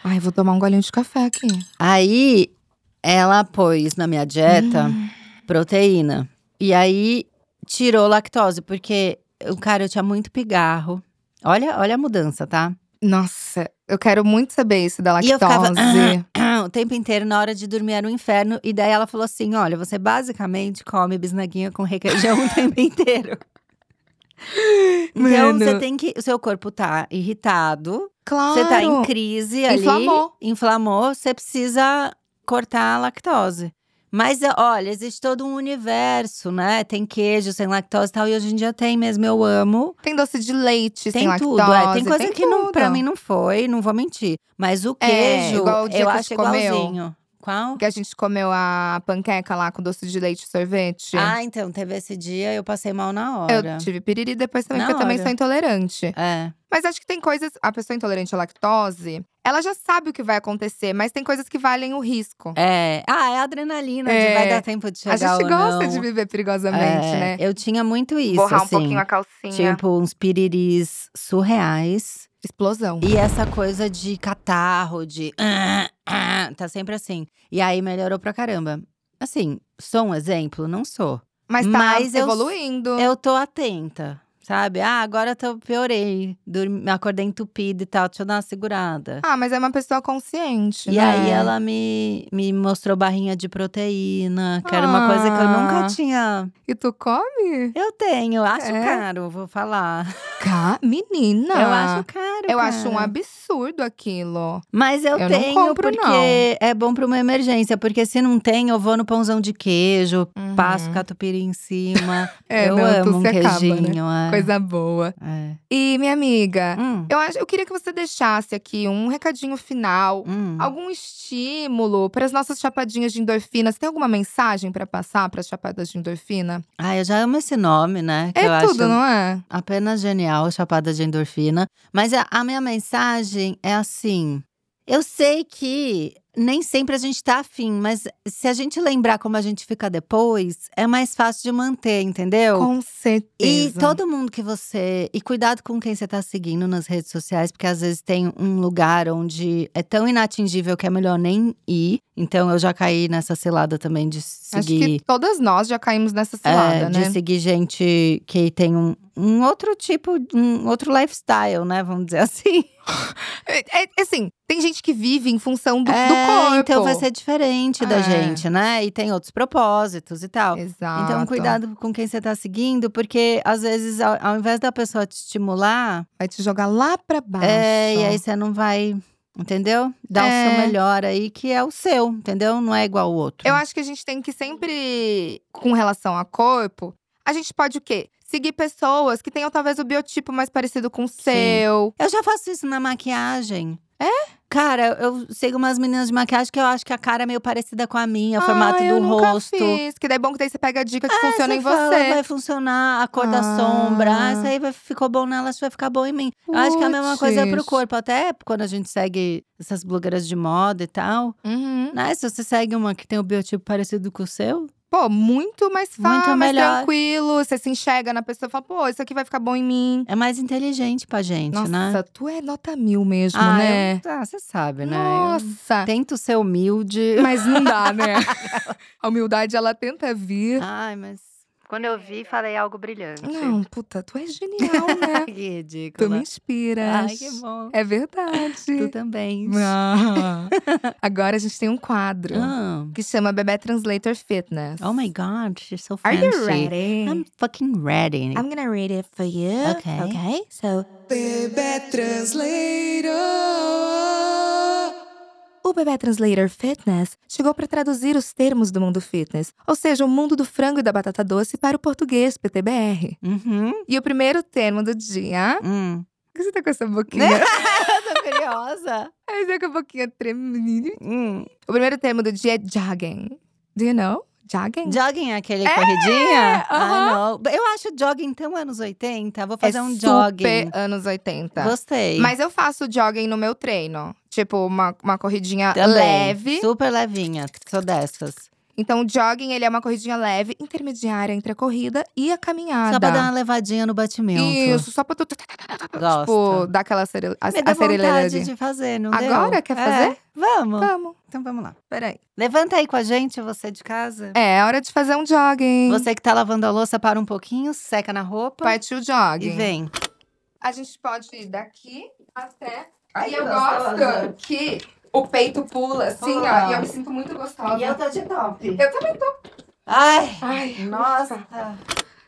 Speaker 3: Ai, vou tomar um golinho de café aqui.
Speaker 2: Aí ela pôs na minha dieta
Speaker 3: Hum.
Speaker 2: proteína. E aí tirou lactose, porque, eu- cara, eu tinha muito pigarro. Olha, olha a mudança, tá?
Speaker 3: Nossa, eu quero muito saber isso da
Speaker 2: E
Speaker 3: lactose.
Speaker 2: eu ficava- "Ah, O tempo inteiro, na hora de dormir, era um inferno. E daí ela falou assim: olha, você basicamente come bisnaguinha com requeijão o tempo inteiro. Então
Speaker 3: Mano.
Speaker 2: você tem que. O seu corpo tá irritado,
Speaker 3: Claro.
Speaker 2: você tá em crise ali.
Speaker 3: Inflamou.
Speaker 2: inflamou, você precisa cortar a lactose. Mas é, olha, existe todo um universo, né? Tem queijo sem lactose e tal, e hoje em dia tem mesmo, eu amo.
Speaker 3: Tem doce de leite,
Speaker 2: Tem
Speaker 3: sem
Speaker 2: tudo, é.
Speaker 3: lactose.
Speaker 2: tem coisa que não, pra
Speaker 3: tudo.
Speaker 2: mim não foi, não vou mentir. Mas o
Speaker 3: É,
Speaker 2: queijo,
Speaker 3: igual o dia
Speaker 2: eu
Speaker 3: que
Speaker 2: acho
Speaker 3: você comeu.
Speaker 2: igualzinho. Qual?
Speaker 3: Que a gente comeu a panqueca lá com doce de leite e sorvete.
Speaker 2: Ah, então, teve esse dia, eu passei mal na hora.
Speaker 3: eu tive piriri depois também,
Speaker 2: Na
Speaker 3: porque eu também
Speaker 2: hora.
Speaker 3: sou intolerante.
Speaker 2: É.
Speaker 3: Mas acho que tem coisas. A pessoa intolerante à lactose, ela já sabe o que vai acontecer, mas tem coisas que valem o risco.
Speaker 2: É. Ah, é a adrenalina de
Speaker 3: É.
Speaker 2: vai dar tempo de chegar
Speaker 3: a gente
Speaker 2: ou
Speaker 3: gosta
Speaker 2: não.
Speaker 3: de viver perigosamente,
Speaker 2: É,
Speaker 3: né?
Speaker 2: Eu tinha muito isso,
Speaker 1: Borrar
Speaker 2: assim.
Speaker 1: um pouquinho a calcinha.
Speaker 2: Tipo, uns piriris surreais.
Speaker 3: Explosão.
Speaker 2: E essa coisa de catarro, de… ah, ah, tá sempre assim. E aí, melhorou pra caramba. Assim, sou um exemplo? Não sou.
Speaker 3: Mas tá
Speaker 2: mas eu-
Speaker 3: evoluindo.
Speaker 2: Eu tô atenta, sabe? Ah, agora eu tô, piorei. Dormi, acordei entupida e tal, deixa eu dar uma segurada.
Speaker 3: Ah, mas é uma pessoa consciente.
Speaker 2: E
Speaker 3: né?
Speaker 2: aí, ela me, me mostrou barrinha de proteína, que era uma coisa que eu
Speaker 3: Ah.
Speaker 2: nunca tinha.
Speaker 3: E tu come?
Speaker 2: Eu tenho, acho
Speaker 3: É?
Speaker 2: caro, vou falar.
Speaker 3: Cá, menina!
Speaker 2: Eu acho caro.
Speaker 3: Eu acho um
Speaker 2: cara.
Speaker 3: absurdo aquilo.
Speaker 2: Mas eu,
Speaker 3: Eu não
Speaker 2: tenho
Speaker 3: compro,
Speaker 2: porque
Speaker 3: não.
Speaker 2: é bom pra uma emergência. Porque se não tem, eu vou no pãozão de queijo, passo catupiry em cima.
Speaker 3: Uhum. É,
Speaker 2: eu
Speaker 3: não, tu
Speaker 2: amo um
Speaker 3: se acaba, né?
Speaker 2: queijinho. é.
Speaker 3: Coisa boa.
Speaker 2: É.
Speaker 3: E, minha amiga,
Speaker 2: Hum,
Speaker 3: eu, acho, eu queria que você deixasse aqui um recadinho final.
Speaker 2: hum.
Speaker 3: Algum estímulo para as nossas chapadinhas de endorfina? Você tem alguma mensagem para passar para as chapadas de endorfina?
Speaker 2: Ah, eu já amo esse nome, né? Que
Speaker 3: É
Speaker 2: eu
Speaker 3: tudo,
Speaker 2: acho
Speaker 3: não é?
Speaker 2: apenas genial, Chapada de Endorfina. Mas a, a minha mensagem é assim: eu sei que nem sempre a gente tá afim, mas se a gente lembrar como a gente fica depois, é mais fácil de manter, entendeu?
Speaker 3: Com certeza.
Speaker 2: E todo mundo que você. E cuidado com quem você tá seguindo nas redes sociais, porque às vezes tem um lugar onde é tão inatingível que é melhor nem ir. Então eu já caí nessa cilada também de
Speaker 3: Acho
Speaker 2: seguir.
Speaker 3: que todas nós já caímos nessa
Speaker 2: É,
Speaker 3: cilada, né?
Speaker 2: de seguir gente que tem um, um outro tipo, um outro lifestyle, né? Vamos dizer assim.
Speaker 3: É, é, assim, tem gente que vive em função do, do
Speaker 2: É,
Speaker 3: corpo.
Speaker 2: Então vai ser diferente da
Speaker 3: É.
Speaker 2: gente, né? E tem outros propósitos e tal.
Speaker 3: Exato.
Speaker 2: Então, cuidado com quem você tá seguindo, porque às vezes, ao, ao invés da pessoa te estimular,
Speaker 3: Vai te jogar lá pra baixo.
Speaker 2: é, e aí você não vai, entendeu? Dar o
Speaker 3: É.
Speaker 2: seu melhor aí, que é o seu, entendeu? Não é igual o outro.
Speaker 3: Eu acho que a gente tem que sempre, com relação a corpo, a gente pode o quê? Seguir pessoas que tenham talvez o biotipo mais parecido com o seu.
Speaker 2: Eu já faço isso na maquiagem. É? Cara, eu sigo umas meninas de maquiagem que eu acho que a cara é meio parecida com a minha, o formato
Speaker 3: Ah,
Speaker 2: do
Speaker 3: eu nunca
Speaker 2: rosto.
Speaker 3: Fiz, que daí é bom que daí você pega a dica que
Speaker 2: Ah,
Speaker 3: funciona em
Speaker 2: fala,
Speaker 3: você.
Speaker 2: vai funcionar a cor da
Speaker 3: Ah.
Speaker 2: sombra. Ah, isso aí vai- ficou bom nela, isso vai ficar bom em mim. Eu acho que é a mesma coisa pro
Speaker 3: Puts.
Speaker 2: corpo. Até quando a gente segue essas blogueiras de moda e tal.
Speaker 3: Uhum.
Speaker 2: Né? Se você segue uma que tem o biotipo parecido com o seu,
Speaker 3: Pô, muito mais
Speaker 2: Muito
Speaker 3: fácil, mais
Speaker 2: melhor.
Speaker 3: tranquilo. Você se enxerga na pessoa e fala, pô, isso aqui vai ficar bom em mim.
Speaker 2: é mais inteligente pra gente,
Speaker 3: Nossa,
Speaker 2: né?
Speaker 3: tu é nota mil mesmo,
Speaker 2: Ah,
Speaker 3: né?
Speaker 2: eu- ah, você sabe, né? Eu
Speaker 3: Nossa!
Speaker 2: tento ser humilde.
Speaker 3: Mas não dá, né? a humildade, ela tenta vir.
Speaker 2: Ai, mas.
Speaker 1: Quando eu vi, falei algo brilhante.
Speaker 3: Não, puta, tu é genial, né?
Speaker 2: Que
Speaker 3: tu
Speaker 2: ridícula.
Speaker 3: me inspiras.
Speaker 2: Ah, Ai, que bom.
Speaker 3: É
Speaker 2: Tu
Speaker 3: verdade.
Speaker 2: também.
Speaker 3: Ah. Agora a gente tem um quadro
Speaker 2: Ah.
Speaker 3: que chama Bebê Translator Fitness.
Speaker 2: Oh my god, she's so
Speaker 3: Are
Speaker 2: fancy.
Speaker 3: you ready?
Speaker 2: I'm fucking ready.
Speaker 4: I'm gonna read it for you.
Speaker 2: Okay.
Speaker 4: Okay. So
Speaker 3: O Bebê Translator Fitness chegou para traduzir os termos do mundo fitness, ou seja, o mundo do frango e da batata doce para o português PTBR.
Speaker 2: Uhum.
Speaker 3: E o primeiro termo do dia.
Speaker 2: Hum.
Speaker 3: Por que você tá com essa
Speaker 2: Né?
Speaker 3: boquinha?
Speaker 2: Tô curiosa.
Speaker 3: Ai, você tá com a boquinha tremendo.
Speaker 2: Hum.
Speaker 3: O primeiro termo do dia é jogging. Do you know? Jogging?
Speaker 2: Jogging é aquele corridinha?
Speaker 3: aham.
Speaker 2: Ah, não. Eu acho jogging tão anos 80. Vou fazer
Speaker 3: é
Speaker 2: um jogging.
Speaker 3: super anos 80.
Speaker 2: Gostei.
Speaker 3: Mas eu faço jogging no meu treino. Tipo, uma, uma corridinha
Speaker 2: Também.
Speaker 3: leve.
Speaker 2: Super levinha. Sou dessas.
Speaker 3: Então, o jogging, ele é uma corridinha leve, intermediária entre a corrida e a caminhada.
Speaker 2: Só pra dar uma levadinha no batimento.
Speaker 3: Ah, Isso, só pra tu… Tipo,
Speaker 2: Gosto.
Speaker 3: dar aquela acere- a-
Speaker 2: Me deu
Speaker 3: acelerada
Speaker 2: vontade
Speaker 3: ali.
Speaker 2: de fazer, não deu?
Speaker 3: Agora? Quer
Speaker 2: É.
Speaker 3: fazer? Tá,
Speaker 2: Vamos.
Speaker 3: Vamos.
Speaker 2: Então vamos lá.
Speaker 3: Peraí.
Speaker 2: Levanta aí com a gente, você de casa.
Speaker 3: É, é hora de fazer um jogging.
Speaker 2: Tá. Você que tá lavando a louça, para um pouquinho, seca na roupa
Speaker 3: Partiu o
Speaker 2: e
Speaker 3: jogging.
Speaker 2: vem.
Speaker 3: A gente pode ir daqui até…
Speaker 2: Ai,
Speaker 3: e eu
Speaker 2: gostosa.
Speaker 3: gosto que o peito pula, assim, ó.
Speaker 2: Pula.
Speaker 3: E eu me sinto muito gostosa.
Speaker 2: tô de top.
Speaker 3: Eu também tô.
Speaker 2: Ai,
Speaker 3: Ai,
Speaker 2: nossa.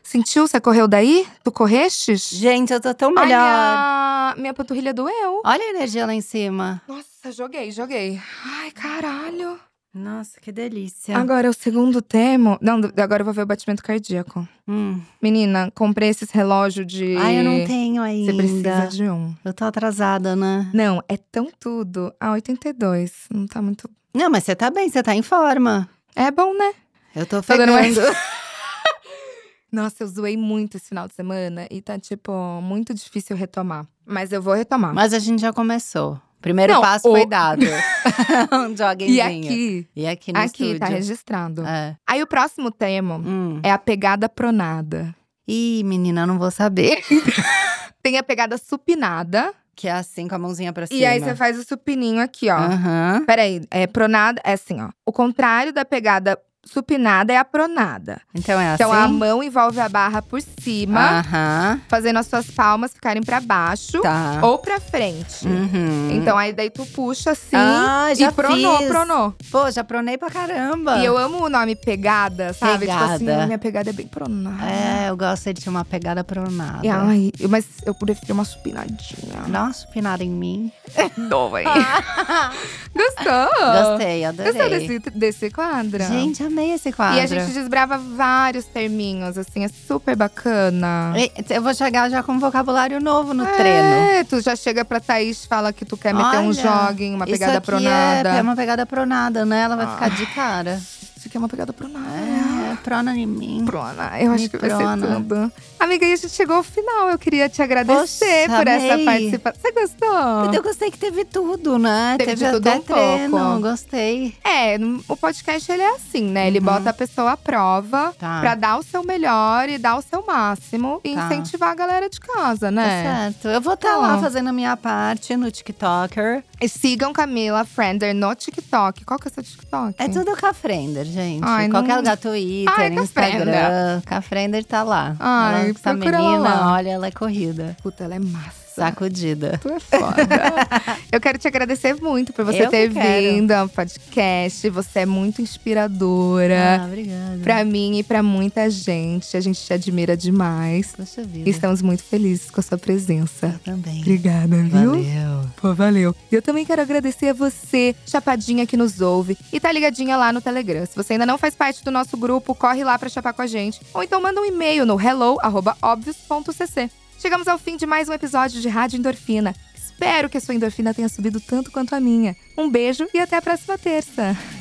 Speaker 3: Sentiu? Você correu daí? Tu correstes?
Speaker 2: Gente, eu tô tão
Speaker 3: Ai,
Speaker 2: melhor.
Speaker 3: minha... minha panturrilha doeu.
Speaker 2: Olha a energia lá em cima.
Speaker 3: Nossa, joguei, joguei. Ai, caralho.
Speaker 2: Nossa, que delícia.
Speaker 3: Agora, é o segundo termo… Não, do- agora eu vou ver o batimento cardíaco.
Speaker 2: Hum.
Speaker 3: Menina, comprei esses relógios de…
Speaker 2: Ai, eu não tenho ainda.
Speaker 3: Você precisa de um.
Speaker 2: Eu tô atrasada, né?
Speaker 3: Não, é tão tudo. Ah, 82. Não tá muito
Speaker 2: Não, mas você tá bem, você tá em forma.
Speaker 3: É bom, né?
Speaker 2: Eu tô
Speaker 3: Tô dando uma-
Speaker 2: pegando.
Speaker 3: Nossa, eu zoei muito esse final de semana e tá, tipo, muito difícil retomar. Mas eu vou retomar.
Speaker 2: Mas a gente já começou. Primeiro
Speaker 3: Não,
Speaker 2: passo
Speaker 3: o-
Speaker 2: foi dado. um joguinho.
Speaker 3: e aqui,
Speaker 2: E aqui no
Speaker 3: aqui
Speaker 2: estúdio.
Speaker 3: tá registrado.
Speaker 2: É.
Speaker 3: Aí o próximo tema
Speaker 2: Hum.
Speaker 3: é a pegada pronada.
Speaker 2: Ih, menina, eu não vou saber.
Speaker 3: Tem a pegada supinada.
Speaker 2: Que é assim, com a mãozinha pra cima.
Speaker 3: E aí você faz o supininho aqui, ó.
Speaker 2: Ah. Aham.
Speaker 3: Peraí, é pronada, é assim, ó. O contrário da pegada supinada é a pronada.
Speaker 2: Então é assim?
Speaker 3: Então a mão envolve a barra por cima,
Speaker 2: Ah. Aham,
Speaker 3: fazendo as suas palmas ficarem pra baixo
Speaker 2: tá.
Speaker 3: ou pra frente.
Speaker 2: Uhum.
Speaker 3: Então aí daí tu puxa assim
Speaker 2: Ah, já
Speaker 3: e pronou,
Speaker 2: fiz.
Speaker 3: pronou.
Speaker 2: Pô, já pronei pra caramba.
Speaker 3: E eu amo o nome pegada, sabe? Tipo
Speaker 2: Pegada.
Speaker 3: assim, minha pegada é bem pronada.
Speaker 2: É, tá. eu gosto de uma pegada pronada.
Speaker 3: E, ai, eu- mas eu prefiro uma supinadinha.
Speaker 2: Dá uma supinada em mim.
Speaker 3: Não, véi. Gostou?
Speaker 2: Gostei, adorei.
Speaker 3: Ah. Gostou desse, desse quadro?
Speaker 2: Gente, amei esse quadro.
Speaker 3: E a gente desbrava vários terminhos, assim, é super bacana.
Speaker 2: Ei, Eu vou chegar já com um vocabulário novo no
Speaker 3: É,
Speaker 2: treino.
Speaker 3: tu já chega pra Thaís, fala que tu quer meter um
Speaker 2: Olha,
Speaker 3: joguinho, uma
Speaker 2: Isso
Speaker 3: pegada
Speaker 2: aqui
Speaker 3: pronada.
Speaker 2: É, é uma pegada pronada, né? Ela vai
Speaker 3: Ah.
Speaker 2: ficar de cara.
Speaker 3: Isso aqui é uma pegada pronada.
Speaker 2: É, prona em mim.
Speaker 3: Prona, eu acho
Speaker 2: Me
Speaker 3: que vai
Speaker 2: prona.
Speaker 3: ser tudo. Amiga, e a gente chegou ao final. Eu queria te agradecer
Speaker 2: Poxa,
Speaker 3: por essa
Speaker 2: amei.
Speaker 3: participação. Você gostou?
Speaker 2: Eu gostei que teve tudo, né?
Speaker 3: Teve de tudo
Speaker 2: até
Speaker 3: um
Speaker 2: treino,
Speaker 3: pouco.
Speaker 2: gostei.
Speaker 3: É, o podcast ele é assim, né? Ele
Speaker 2: Uhum.
Speaker 3: bota a pessoa à prova
Speaker 2: Tá.
Speaker 3: pra dar o seu melhor e dar o seu máximo e
Speaker 2: Tá.
Speaker 3: incentivar a galera de casa,
Speaker 2: Tá
Speaker 3: né?
Speaker 2: certo. Eu vou estar
Speaker 3: Tá.
Speaker 2: lá fazendo a minha parte no TikToker.
Speaker 3: E sigam Camila Frender no TikTok. Qual que é o seu TikTok?
Speaker 2: É tudo Cafrender, gente.
Speaker 3: Ai, não-
Speaker 2: Qualquer lugar, Twitter,
Speaker 3: Ai,
Speaker 2: Instagram. Cafrender tá lá.
Speaker 3: Ai,
Speaker 2: ela, essa
Speaker 3: procura
Speaker 2: menina,
Speaker 3: lá.
Speaker 2: olha, ela é corrida.
Speaker 3: Puta, ela é massa.
Speaker 2: Sacudida.
Speaker 3: Tu é foda. Eu quero te agradecer muito por você
Speaker 2: Eu que
Speaker 3: ter
Speaker 2: quero.
Speaker 3: vindo ao podcast. Você é muito inspiradora
Speaker 2: Ah, obrigada.
Speaker 3: É. pra mim e pra muita gente. A gente te admira demais.
Speaker 2: Poxa vida.
Speaker 3: E estamos muito felizes com a sua presença.
Speaker 2: Eu também.
Speaker 3: Obrigada, viu?
Speaker 2: Valeu.
Speaker 3: Pô, valeu. E eu também quero agradecer a você, Chapadinha, que nos ouve e tá ligadinha lá no Telegram. Se você ainda não faz parte do nosso grupo, corre lá pra chapar com a gente. Ou então manda um e-mail no hello.obvious.cc. Chegamos ao fim de mais um episódio de Rádio Endorfina. Espero que a sua endorfina tenha subido tanto quanto a minha. Um beijo e até a próxima terça.